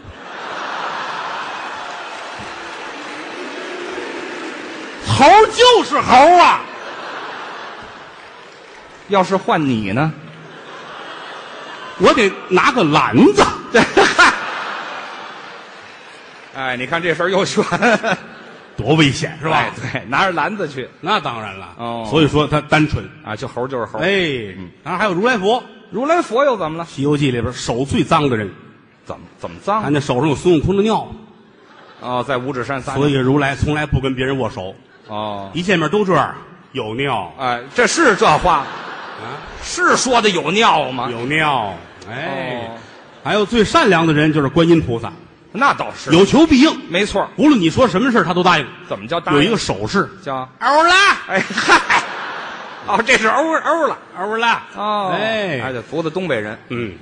[SPEAKER 1] 猴儿就是猴儿啊！
[SPEAKER 2] 要是换你呢？
[SPEAKER 1] 我得拿个篮子，
[SPEAKER 2] 哎，你看这事儿又 悬，
[SPEAKER 1] 多危险是
[SPEAKER 2] 是
[SPEAKER 1] 吧？
[SPEAKER 2] 吧？哎对，拿着篮子去
[SPEAKER 1] 那当然了。
[SPEAKER 2] 哦
[SPEAKER 1] 所以说他单纯。
[SPEAKER 2] 啊，就猴就是猴。
[SPEAKER 1] 哎，，然后还有如来佛，《
[SPEAKER 2] 如来佛又怎么了？
[SPEAKER 1] 西游记》里边手最脏的人，
[SPEAKER 2] 怎么怎么脏
[SPEAKER 1] 看那手上有孙悟空的尿，
[SPEAKER 2] 哦，在五指山撒尿
[SPEAKER 1] 所以如来从来不跟别人握手，
[SPEAKER 2] 哦，
[SPEAKER 1] 一见面都这样，有尿
[SPEAKER 2] 哎，这是这话
[SPEAKER 1] 啊。
[SPEAKER 2] 是说的有尿吗？
[SPEAKER 1] 有尿，哎，
[SPEAKER 2] 哦
[SPEAKER 1] 还有最善良的人就是观音菩萨，
[SPEAKER 2] 那倒是，
[SPEAKER 1] 有求必应，
[SPEAKER 2] 没错。
[SPEAKER 1] 无论你说什么事儿他都答应。
[SPEAKER 2] 怎么叫大？
[SPEAKER 1] 有一个手势，
[SPEAKER 2] 叫
[SPEAKER 1] 欧啦，
[SPEAKER 2] 哎 嗨，哦，这是欧欧了
[SPEAKER 1] 欧啦，
[SPEAKER 2] 哦，哎，
[SPEAKER 1] 哎，
[SPEAKER 2] 这福子东北人，
[SPEAKER 1] 嗯，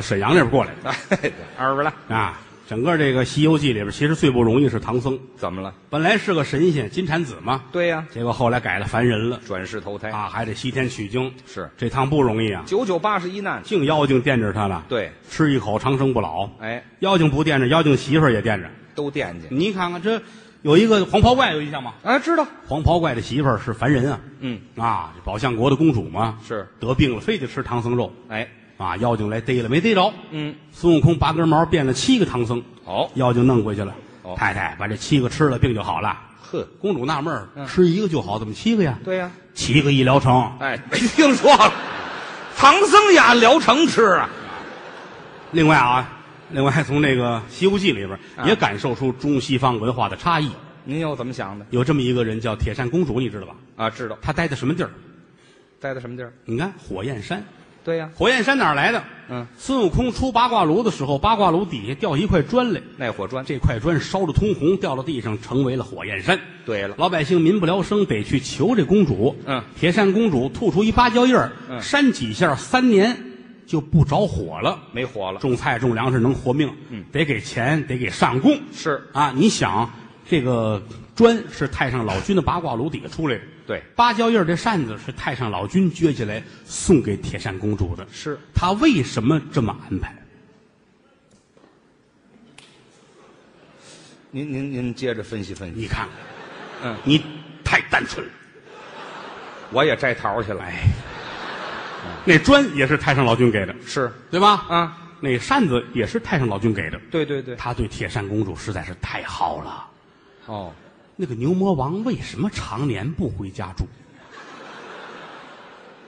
[SPEAKER 1] 沈阳那边过来
[SPEAKER 2] 哎，欧了
[SPEAKER 1] 的啊，整个这个《西游记》里边，其实最不容易是唐僧，
[SPEAKER 2] 怎么了？
[SPEAKER 1] 本来是个神仙金蝉子嘛，
[SPEAKER 2] 对呀、
[SPEAKER 1] 结果后来改了凡人了
[SPEAKER 2] 转世投胎，
[SPEAKER 1] 啊，还得西天取经，
[SPEAKER 2] 是
[SPEAKER 1] 这趟不容易啊，
[SPEAKER 2] 九九八十一难。
[SPEAKER 1] 净妖精惦着他了，
[SPEAKER 2] 对，
[SPEAKER 1] 吃一口长生不老，
[SPEAKER 2] 哎，
[SPEAKER 1] 妖精不惦着，妖精媳妇儿也惦着。
[SPEAKER 2] 都惦记。
[SPEAKER 1] 你看看这有一个黄袍怪，有印象吗？
[SPEAKER 2] 哎，嗯知道。
[SPEAKER 1] 黄袍怪的媳妇儿是凡人啊，
[SPEAKER 2] 嗯，
[SPEAKER 1] 啊，宝象国的公主嘛，
[SPEAKER 2] 是。
[SPEAKER 1] 得病了，非得吃唐僧肉
[SPEAKER 2] 哎，
[SPEAKER 1] 啊，妖精来逮了，没逮着。
[SPEAKER 2] 嗯，
[SPEAKER 1] 孙悟空拔根毛变了七个唐僧，
[SPEAKER 2] 好、
[SPEAKER 1] 妖精弄回去了。
[SPEAKER 2] 哦
[SPEAKER 1] 太太把这七个吃了，病就好了。
[SPEAKER 2] 呵，
[SPEAKER 1] 公主纳闷儿、
[SPEAKER 2] 嗯
[SPEAKER 1] 吃一个就好，怎么七个呀？
[SPEAKER 2] 对呀、
[SPEAKER 1] 七个一疗程，
[SPEAKER 2] 哎， 没听说了，唐僧也按疗程吃啊？
[SPEAKER 1] 另外啊，另外从那个《西游记》里边、
[SPEAKER 2] 啊
[SPEAKER 1] 也感受出中西方文化的差异。
[SPEAKER 2] 您又怎么想的？
[SPEAKER 1] 有这么一个人叫铁扇公主，你知道吧？
[SPEAKER 2] 啊，知道
[SPEAKER 1] 她待在什么地儿？
[SPEAKER 2] 待在什么地儿？
[SPEAKER 1] 你看火焰山，
[SPEAKER 2] 对呀、
[SPEAKER 1] 火焰山哪儿来的？
[SPEAKER 2] 嗯，
[SPEAKER 1] 孙悟空出八卦炉的时候，八卦炉底下掉一块砖来，
[SPEAKER 2] 那火砖。
[SPEAKER 1] 这块砖烧得通红，掉到地上，成为了火焰山。
[SPEAKER 2] 对了，
[SPEAKER 1] 老百姓民不聊生，得去求这公主。
[SPEAKER 2] 嗯，
[SPEAKER 1] 铁扇公主吐出一芭蕉叶儿，
[SPEAKER 2] 嗯
[SPEAKER 1] 扇几下，三年就不着火了。
[SPEAKER 2] 没火了。
[SPEAKER 1] 种菜种粮食能活命，
[SPEAKER 2] 嗯，
[SPEAKER 1] 得给钱，得给上供
[SPEAKER 2] 是，
[SPEAKER 1] 啊！你想，这个砖是太上老君的八卦炉底下出来的，
[SPEAKER 2] 对，
[SPEAKER 1] 芭蕉叶儿这扇子是太上老君撅起来送给铁扇公主的，
[SPEAKER 2] 是
[SPEAKER 1] 他为什么这么安排？
[SPEAKER 2] 您您您接着分析分析。
[SPEAKER 1] 你看看，
[SPEAKER 2] 嗯，
[SPEAKER 1] 你太单纯了。
[SPEAKER 2] 我也摘桃去了。
[SPEAKER 1] 哎，那砖也是太上老君给的，
[SPEAKER 2] 是
[SPEAKER 1] 对吧？
[SPEAKER 2] 啊，
[SPEAKER 1] 那扇子也是太上老君给的。
[SPEAKER 2] 对对对。
[SPEAKER 1] 他对铁扇公主实在是太好了。
[SPEAKER 2] 哦，
[SPEAKER 1] 那个牛魔王为什么常年不回家住？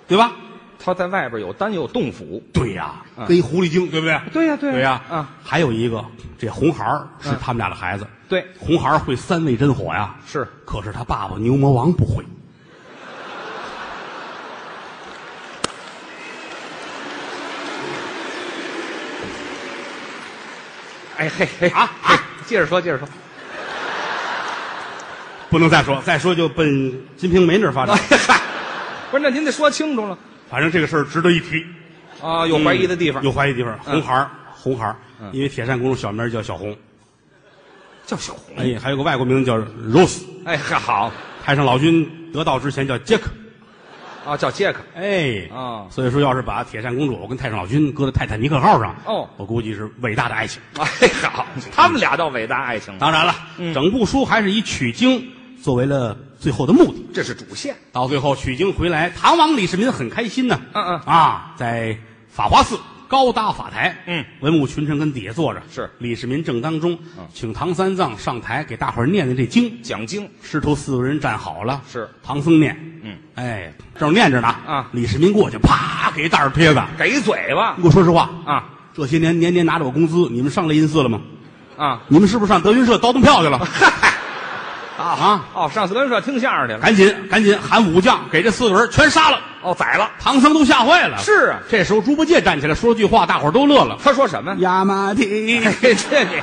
[SPEAKER 1] 对吧？
[SPEAKER 2] 他在外边有丹有洞府。
[SPEAKER 1] 对呀、
[SPEAKER 2] 嗯
[SPEAKER 1] 跟一狐狸精，对不对？
[SPEAKER 2] 对呀对呀
[SPEAKER 1] 对呀、
[SPEAKER 2] 嗯
[SPEAKER 1] 还有一个，这红孩儿是他们俩的孩子。
[SPEAKER 2] 对，
[SPEAKER 1] 红孩儿会三味真火呀，
[SPEAKER 2] 是
[SPEAKER 1] 可是他爸爸牛魔王不会。
[SPEAKER 2] 哎嘿嘿
[SPEAKER 1] 啊
[SPEAKER 2] 嘿接着说，接着说。
[SPEAKER 1] 不能再说， 再说就奔《金瓶梅》那儿发展
[SPEAKER 2] 哎。嗨，不是，那您得说清楚了
[SPEAKER 1] 反正这个事儿值得一提，嗯
[SPEAKER 2] 啊，有怀疑的地方。
[SPEAKER 1] 有怀疑地方。红孩儿，红孩儿，
[SPEAKER 2] 嗯
[SPEAKER 1] 因为铁扇公主小名叫小红，
[SPEAKER 2] 叫小红。
[SPEAKER 1] 哎，还有个外国名字叫 Rose。
[SPEAKER 2] 哎，好
[SPEAKER 1] 太上老君得道之前叫杰克，
[SPEAKER 2] 啊，叫杰克。
[SPEAKER 1] 哎，
[SPEAKER 2] 啊
[SPEAKER 1] 所以说要是把铁扇公主跟太上老君搁在泰坦尼克号上，
[SPEAKER 2] 哦
[SPEAKER 1] 我估计是伟大的爱情。
[SPEAKER 2] 哎，好，他们俩倒伟大爱情了，
[SPEAKER 1] 当然了，
[SPEAKER 2] 嗯
[SPEAKER 1] 整部书还是以取经作为了最后的目的。
[SPEAKER 2] 这是主线。
[SPEAKER 1] 到最后取经回来，唐王李世民很开心呢。
[SPEAKER 2] 嗯嗯
[SPEAKER 1] 啊，在法华寺高搭法台，
[SPEAKER 2] 嗯，
[SPEAKER 1] 文武群臣跟底下坐着，
[SPEAKER 2] 是嗯
[SPEAKER 1] 李世民正当中，请唐三藏上台给大伙儿念念这经。
[SPEAKER 2] 讲经
[SPEAKER 1] 师徒四个人站好了，
[SPEAKER 2] 是
[SPEAKER 1] 唐僧念，
[SPEAKER 2] 嗯，
[SPEAKER 1] 哎，正念着呢，
[SPEAKER 2] 啊
[SPEAKER 1] 李世民过去，啪，给一大耳贴子。
[SPEAKER 2] 给嘴巴
[SPEAKER 1] 你给我说实话，
[SPEAKER 2] 啊
[SPEAKER 1] 这些年年年拿着我工资，你们上雷音寺了吗？
[SPEAKER 2] 啊！
[SPEAKER 1] 你们是不是上德云社倒腾票去 了？啊
[SPEAKER 2] 哦，上次跟社听相声去了，
[SPEAKER 1] 赶紧赶紧喊武将，给这四个人全杀了！
[SPEAKER 2] 哦，宰了。
[SPEAKER 1] 唐僧都吓坏了。
[SPEAKER 2] 是啊，
[SPEAKER 1] 这时候猪八戒站起来说句话，大伙儿都乐了。
[SPEAKER 2] 他说什么？
[SPEAKER 1] 亚麻提
[SPEAKER 2] 哎，这你